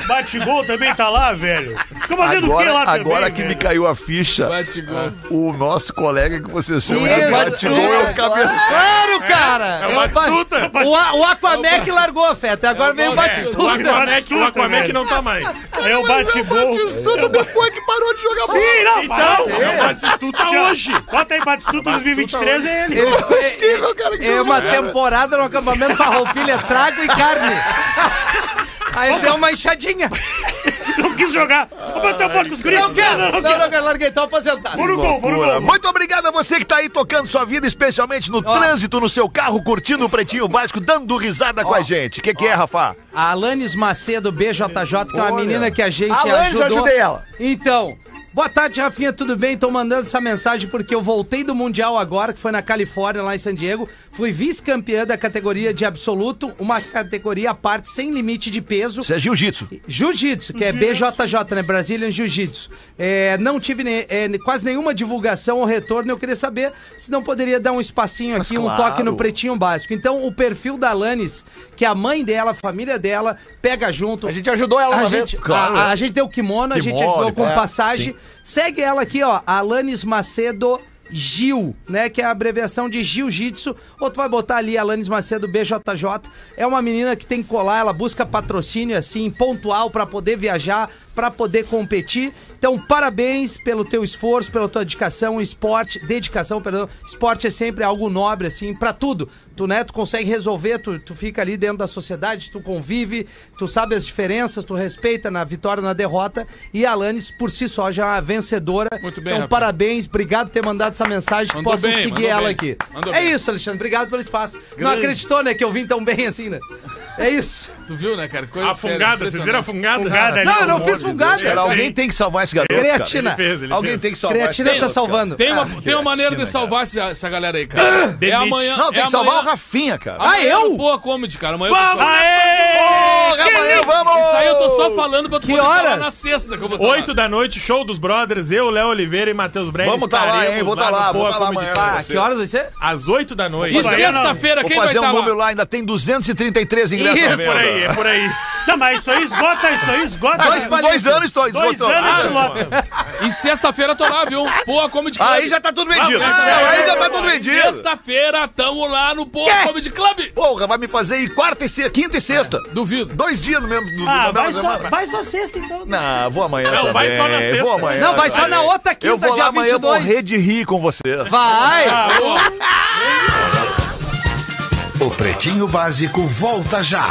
S10: Batigol também tá lá, velho. Fica fazendo o quê
S2: Agora,
S10: lá também,
S2: agora que me
S10: velho?
S2: caiu a ficha,
S5: bate gol.
S2: o nosso colega que você chama de
S8: Isso.
S2: Batgol é o cabelo.
S8: Claro, cara!
S7: É o
S8: Eu-
S7: Batistuta.
S8: O, A- o Aquamec largou, Feta. Agora veio o
S7: O
S8: Batistuta.
S7: Aquaman, o Aquaman que não tá mais.
S10: É o Batigol.
S2: Batistuta depois que parou de jogar bola.
S10: Sim, não,
S7: Então,
S10: então.
S7: é o
S8: Tá
S7: Batistuta hoje.
S10: Bota aí Batistuta 2023 é ele.
S8: Ele-
S2: Possível, cara, que
S8: É
S2: vocês
S8: uma
S2: não-
S8: temporada no acampamento Farroupilha, trago e carne. Aí ele deu uma enxadinha.
S10: Não quis jogar. Vou botar o porco os gritos.
S8: Não quero, não, não quero, larguei, tô aposentado.
S10: Vou no gol, vou no
S2: Loucura.
S10: gol.
S2: Muito obrigado a você que tá aí tocando sua vida, especialmente no trânsito, no seu carro, curtindo o Pretinho Básico, dando risada com a gente. O que, que é, Rafa?
S8: A Alanis Macedo, BJJ, que é uma
S2: Olha.
S8: menina que a gente
S9: Alanis,
S8: ajudou.
S9: eu ajudei ela.
S8: Então, boa tarde, Rafinha, tudo bem? Tô mandando essa mensagem porque eu voltei do Mundial agora, que foi na Califórnia, lá em San Diego. Fui vice-campeã da categoria de absoluto, uma categoria à parte, sem limite de peso.
S2: Isso é jiu-jitsu.
S8: Jiu-Jitsu, que é BJJ, né? Brazilian Jiu-Jitsu. É, não tive ne- é, ne- quase nenhuma divulgação ou retorno. Eu queria saber se não poderia dar um espacinho aqui, um
S2: claro.
S8: toque no pretinho básico. Então, o perfil da Alanis, que a mãe dela, a família dela, pega junto.
S9: A gente ajudou ela
S8: A
S9: uma
S8: gente, Ah,
S9: vez.
S8: a- a, a gente deu kimono, a gente
S2: Kimono,
S8: ajudou com
S2: é,
S8: passagem. Segue ela aqui, ó, Alanis Macedo Gil, né, que é a abreviação de Jiu-Jitsu. Ou tu vai botar ali Alanis Macedo BJJ. É uma menina que tem que colar, ela busca patrocínio assim, pontual pra poder viajar, pra poder competir. Então, parabéns pelo teu esforço, pela tua dedicação, esporte, dedicação, perdão. Esporte é sempre algo nobre assim, pra tudo. Tu, né, tu consegue resolver, tu, tu fica ali dentro da sociedade, tu convive, tu sabe as diferenças, tu respeita na vitória, na derrota. E a Alanis, por si só, já é uma vencedora.
S5: Muito bem,
S8: Então,
S5: Rafa.
S8: parabéns, obrigado por ter mandado essa mensagem, que
S5: Mandou
S8: possam
S5: bem,
S8: seguir
S5: mandou
S8: ela
S5: bem.
S8: aqui.
S5: Mandou
S8: é
S5: bem.
S8: isso, Alexandre, obrigado pelo espaço. Não
S5: Grande.
S8: acreditou, né, que eu vim tão bem assim, né? É isso.
S5: Tu viu, né, cara? Coisa
S7: Afungada, vocês viram
S5: impressionante.
S7: afungada?
S10: Fungada ali.
S8: Não, eu
S10: pelo
S8: não
S10: amor
S8: fiz
S10: de Deus.
S5: É
S8: fungada.
S2: Cara, alguém
S7: Sim.
S2: tem que salvar esse garoto, cara.
S8: Creatina.
S7: fez, ele
S2: Alguém
S7: fez.
S2: tem que salvar esse
S8: Creatina tá
S2: garoto, cara.
S8: salvando.
S5: Tem
S8: Ah,
S5: uma, tem uma maneira de salvar essa, essa galera aí, cara. É
S7: Demite.
S5: amanhã.
S2: Ah, Não, tem
S5: é
S2: que salvar o
S5: amanhã-
S2: Rafinha, cara.
S5: amanhã
S8: Ah, eu?
S5: no Boa Comedy, cara. Amanhã eu
S10: Ah,
S5: tô
S7: Vamos!
S5: falando.
S7: Aê!
S2: Porra, amanhã vamos!
S5: Isso aí eu tô só falando pra tu
S8: Que
S5: poder falar
S8: horas?
S5: na sexta que eu vou estar lá.
S7: 8 da noite, show dos brothers, eu, Léo Oliveira e Matheus Breno.
S2: Vamos tá lá, hein? Vou tá lá, vou tá lá amanhã.
S8: Ah, que horas vai ser?
S7: Às 8 da noite.
S5: E
S10: Vai,
S5: sexta-feira
S2: Vou
S5: quem vai
S2: fazer
S5: estar
S2: um número
S5: lá?
S2: lá, ainda tem 233 ingressos.
S8: Isso.
S2: à
S7: É por
S2: venda.
S7: aí, é por aí.
S10: Não, mas isso aí esgota, isso aí esgota.
S2: Dois,
S10: Dois
S2: dois anos, dois, esgotou.
S10: anos
S2: Ah,
S10: de lota.
S5: E sexta-feira tô lá, viu? Pô, Comedy Club.
S2: Aí já tá tudo vendido.
S5: Ah,
S2: aí já tá tudo vendido.
S5: Sexta-feira tamo lá no Pô, Comedy Club.
S2: Porra, vai me fazer aí quarta e sexta, quinta e sexta.
S5: Duvido.
S2: Dois dias no mesmo. no-
S10: Ah,
S2: na
S10: vai
S2: mesma
S10: só,
S2: semana.
S10: vai só sexta então.
S2: Não, vou amanhã.
S7: Não, vai
S2: também,
S7: só na sexta.
S2: Vou amanhã.
S8: Não, vai só na outra
S2: É, Eu vou
S8: quinta,
S2: Ah. lá
S8: dia
S2: amanhã
S8: 22.
S2: morrer de rir com vocês.
S8: Vai!
S4: O Pretinho Básico volta já.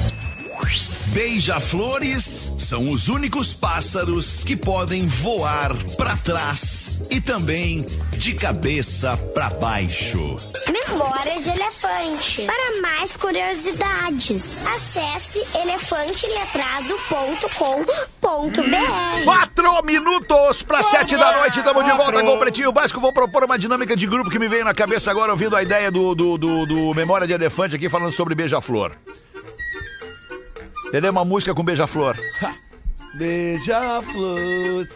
S4: Beija-flores são os únicos pássaros que podem voar para trás e também de cabeça para baixo.
S3: Memória de elefante. Para mais curiosidades, acesse
S10: Hum.
S3: elefanteletrado.com.br.
S2: Quatro minutos para sete da noite, estamos de volta com o Pretinho Básico. Vou propor uma dinâmica de grupo que me veio na cabeça agora, ouvindo a ideia do, do, do, do Memória de Elefante aqui falando sobre beija-flor. Entendeu? Uma música com beija-flor.
S11: Beija-flor,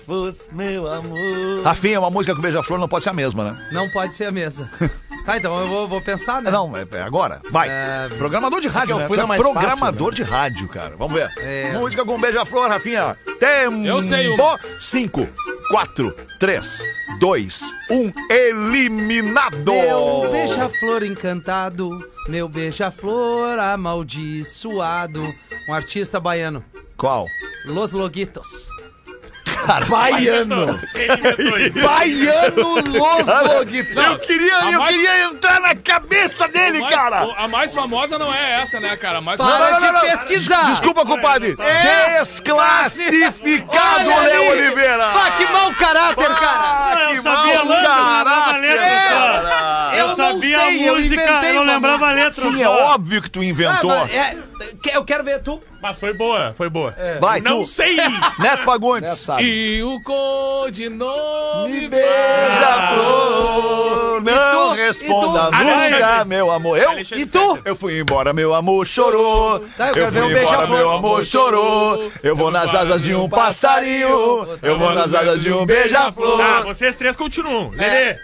S11: fosse meu amor.
S2: Rafinha, uma música com beija-flor não pode ser a mesma, né?
S8: Não pode ser a mesa. Tá, então eu vou, vou pensar, né?
S2: Não, é, é agora. Vai.
S8: É,
S2: Programador de rádio,
S11: eu
S2: né?
S11: fui na
S2: Tá
S11: mais
S2: Programador de rádio, cara. Vamos ver.
S8: né? É.
S2: Música com beija-flor, Rafinha. Tempo.
S5: Eu sei uma.
S2: 5, 4, 3, 2, 1. Eliminado.
S8: Meu beija-flor encantado, meu beija-flor amaldiçoado. Um artista baiano,
S2: Qual?
S8: Los Loguitos.
S9: Baiano.
S10: Quem inventou isso?
S9: Baiano Los Loguitos.
S5: Não,
S2: queria,
S5: eu mais- queria
S2: entrar na cabeça dele,
S5: a mais- A mais famosa não é essa, né, cara? A mais
S8: Para
S5: famosa...
S8: de pesquisar!
S2: Desculpa, compadre.
S8: É.
S2: Desclassificado,
S8: Olha
S2: Léo
S8: ali.
S2: Oliveira.
S8: Ah, que mau caráter, cara! É,
S2: Ah,
S10: Não,
S2: que
S10: eu sabia
S2: mau
S10: a letra, não lembrava a
S2: caráter,
S10: letra.
S2: cara.
S8: Eu não
S10: sabia
S8: sei,
S10: a
S8: eu
S10: música, eu,
S8: inventei
S10: não
S8: uma
S10: lembrava a letra.
S2: Sim, é
S10: só.
S2: óbvio que tu
S8: Ah,
S2: inventou.
S8: mas é- que- eu quero ver tu.
S7: Mas foi boa, foi boa.
S2: É. Vai, tu.
S7: Não sei!
S2: Neto Fagundes.
S11: Sabe?
S5: E o codinome...
S2: Beija-flor, não
S8: E tu?
S2: responda
S8: E
S2: nunca,
S8: tu?
S7: Alexandre.
S2: meu amor. Eu?
S8: E tu?
S2: Eu fui embora, meu amor chorou.
S8: Tá, eu quero
S2: eu
S8: ver
S2: fui
S8: um
S2: embora,
S8: beija-flor.
S2: meu amor chorou. Eu vou nas asas de um passarinho. Eu vou nas asas de um
S7: Tá,
S2: beija-flor.
S7: vocês três continuam. Lelê,
S2: É.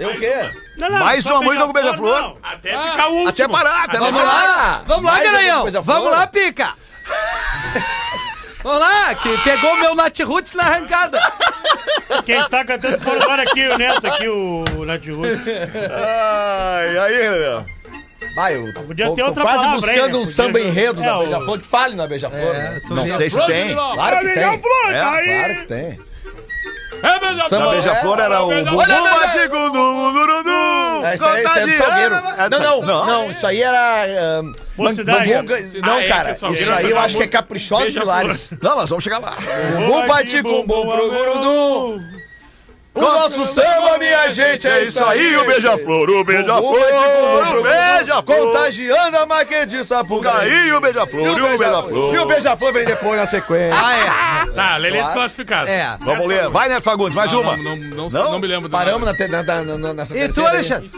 S2: Eu o quê?
S10: Não, não,
S2: Mais um.
S10: só
S2: uma música com beija-flor.
S10: Ah,
S2: né?
S10: não.
S7: até ficar um. o último.
S2: Até parar, até
S8: Vamos
S11: Ah,
S8: lá, vamos lá, Garanhão! Vamos lá, pica! Vamos lá, que pegou meu Natiruts na arrancada.
S10: Quem está cantando fora agora aqui, o Neto, aqui, o Nath Russo.
S2: É, Ai, aí, Renan.
S11: Vai, eu
S10: Podia
S11: tô,
S10: ter
S11: tô
S10: outra
S11: quase
S10: palavra aí,
S11: buscando
S10: né?
S11: um
S10: Podia-
S11: samba enredo
S10: É,
S11: da
S10: o-
S11: Beija-Flor, que fale na Beija-Flor, né?
S8: tu
S2: Não
S8: viu?
S2: sei se tem.
S11: Claro que tem.
S10: tá
S2: É,
S11: Claro que tem.
S5: É beija-flor.
S2: Samba Beija-Flor era o
S5: Olha,
S2: Bumbum
S11: olha, olha.
S2: Batigo do Mundurundu.
S11: É, isso aí, isso aí é do Salgueiro. Não, não, não, isso aí era. ah,
S10: Mocidade.
S11: Bambu gan-
S7: Ah, é
S11: Não,
S7: que
S11: cara,
S7: Salgueiro
S11: isso aí
S7: fez
S11: eu
S7: uma
S11: acho que é
S7: música,
S11: caprichoso de
S7: Beija-Flor.
S11: Lares.
S2: Não, nós vamos chegar lá.
S11: Bum bati com bum pro gurudum. O nosso samba, minha gente, é isso aí. O beija-flor.
S2: o
S11: beija-flor,
S2: o beija-flor.
S11: Contagiando a maquete de sapucaí.
S2: Aí o beija-flor, e o beija-flor.
S11: E o beija-flor vem depois na sequência.
S8: Ah,
S7: Tá, Lelê desclassificado.
S8: é. É.
S2: Vamos ler. Vai, Neto Fagundes, mais
S5: Não,
S2: uma.
S5: Não, não, não,
S2: Não?
S5: não me lembro.
S11: Paramos na, te- na, na, na, nessa
S8: E tu,
S11: terceira aí.
S8: Alexandre?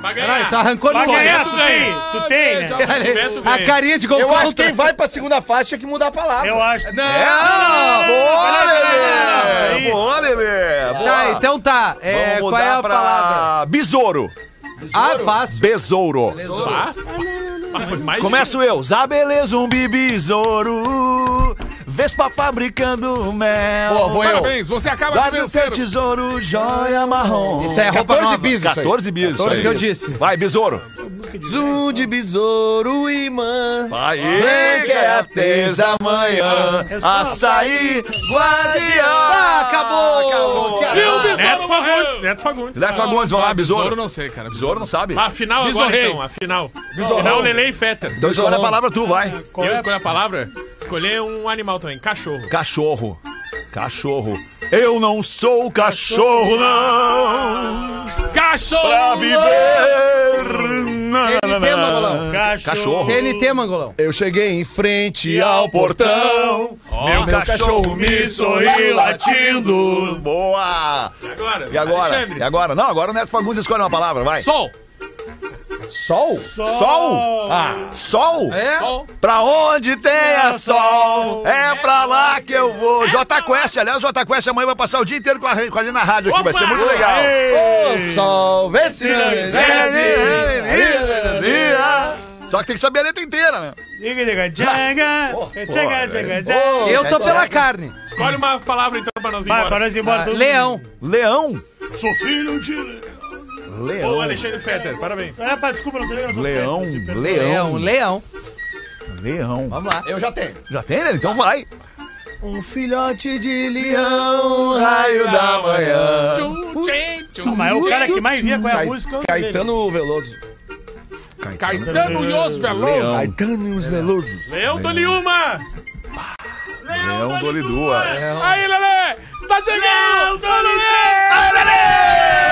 S7: Vai
S8: Caralho,
S7: ganhar.
S8: tu arrancou no
S10: Vai ganhar, tu
S8: momento.
S10: tem, tu tem, né?
S5: Beija-flor.
S7: Beto ganha.
S8: A carinha de gol
S11: Eu acho que
S8: contra.
S11: quem vai pra segunda fase tinha que mudar a palavra.
S10: Eu acho.
S8: Não!
S11: É,
S2: Boa,
S10: não,
S2: Lelê!
S10: não,
S2: Boa, Lelê!
S8: Tá,
S2: Boa.
S8: então tá. É,
S2: Vamos
S8: qual é
S2: mudar
S8: a palavra?
S2: pra besouro.
S8: Ah, fácil.
S2: Besouro.
S7: Ah, mas foi mais
S2: Começo eu. Zá, beleza, um besouro. Vespa fabricando mel.
S11: Pô, vou eu.
S5: Parabéns, você acaba de
S2: Guarda o seu
S5: vencer.
S2: tesouro, joia marrom.
S8: Isso é roupa
S11: 14
S8: nova.
S11: bis, isso aí.
S2: 14 bis. isso
S8: 14 que eu
S2: aí.
S8: disse.
S2: Vai, besouro.
S11: Zoom de besouro, imã.
S2: Aê,
S11: três da manhã.
S2: açaí, guardião.
S8: É Ah, acabou!
S2: Acabou.
S8: Que
S5: Meu
S8: azar.
S5: Deus.
S7: Neto Fagundes, Neto Fagundes.
S2: Neto Fagundes, vamos lá, besouro.
S5: não sei, cara.
S2: Besouro não sabe.
S7: A final agora,
S5: Besorrei.
S7: então, a final. Final, Lelê e Fetter.
S2: Então escolhe a palavra tu, vai.
S7: Eu
S10: é?
S7: escolho a palavra? Escolher um animal também, cachorro.
S2: Cachorro. Cachorro. Eu não sou cachorro, não.
S5: Cachorro!
S2: Pra viver.
S8: TNT, Mangolão.
S2: Cachorro.
S8: TNT, Mangolão.
S11: Eu cheguei em frente
S2: Ao
S11: ao portão.
S2: portão, meu, cachorro me sorriu latindo. Boa!
S7: E agora?
S2: E agora?
S7: Alexandre.
S2: E agora? Não, agora o Neto Fagundes escolhe uma palavra, vai.
S5: Sol!
S9: Sol?
S2: Sol? Ah, sol?
S8: É?
S2: Pra onde tenha sol, é pra lá que eu vou. J Quest, aliás, J Quest amanhã vai passar o dia inteiro com a, re- com a gente na rádio aqui, vai ser muito legal.
S9: Ô, sol, vê se não
S2: ah. Só que tem que saber a letra inteira, né?
S10: Diga, diga, tchaga, tchaga, tchaga, tchaga.
S8: Eu tô pela carne.
S7: Escolhe uma palavra então pra nós ir
S10: Vai, para
S7: embora.
S10: nós ir embora. todo mundo.
S8: Ah, Leão.
S2: Leão.
S10: Sou filho de leão.
S7: Ô,
S2: Leão.
S7: Alexandre Fetter, parabéns.
S10: Ah, pá, desculpa, não sei o que eu sou
S2: Leão,
S10: feio.
S2: leão,
S8: Leão, leão.
S2: leão.
S8: Vamos lá.
S9: Eu já tenho.
S2: Já tem, né? Então vai.
S9: Um filhote de leão,
S2: Raio da manhã.
S5: Tchum, tchim, tchum.
S10: Mas é o cara que mais via qual é a
S9: Cai-
S10: música.
S9: Caetano Veloso.
S5: Caetano é e os Veloso.
S9: Caetano e os Veloso.
S7: Leão do Liuma!
S2: Leão dole duas.
S5: Aí, Lelê! Tá chegando! Ô, Lelê!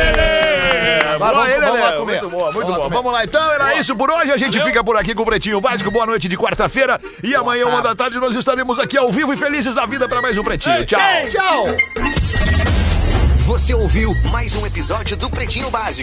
S9: Vai,
S2: Boa,
S9: vamos-
S2: hein,
S9: vamos
S2: Lelé?
S9: lá comer.
S2: Muito boa, muito
S9: Vamos lá
S2: boa.
S9: comer.
S2: Vamos lá então, era isso por hoje. A gente fica por aqui com o Pretinho Básico. Boa noite de quarta-feira. E amanhã, uma da tarde, nós estaremos aqui ao vivo e felizes da vida para mais um Pretinho. Tchau.
S9: Tchau.
S4: Você ouviu mais um episódio do Pretinho Básico.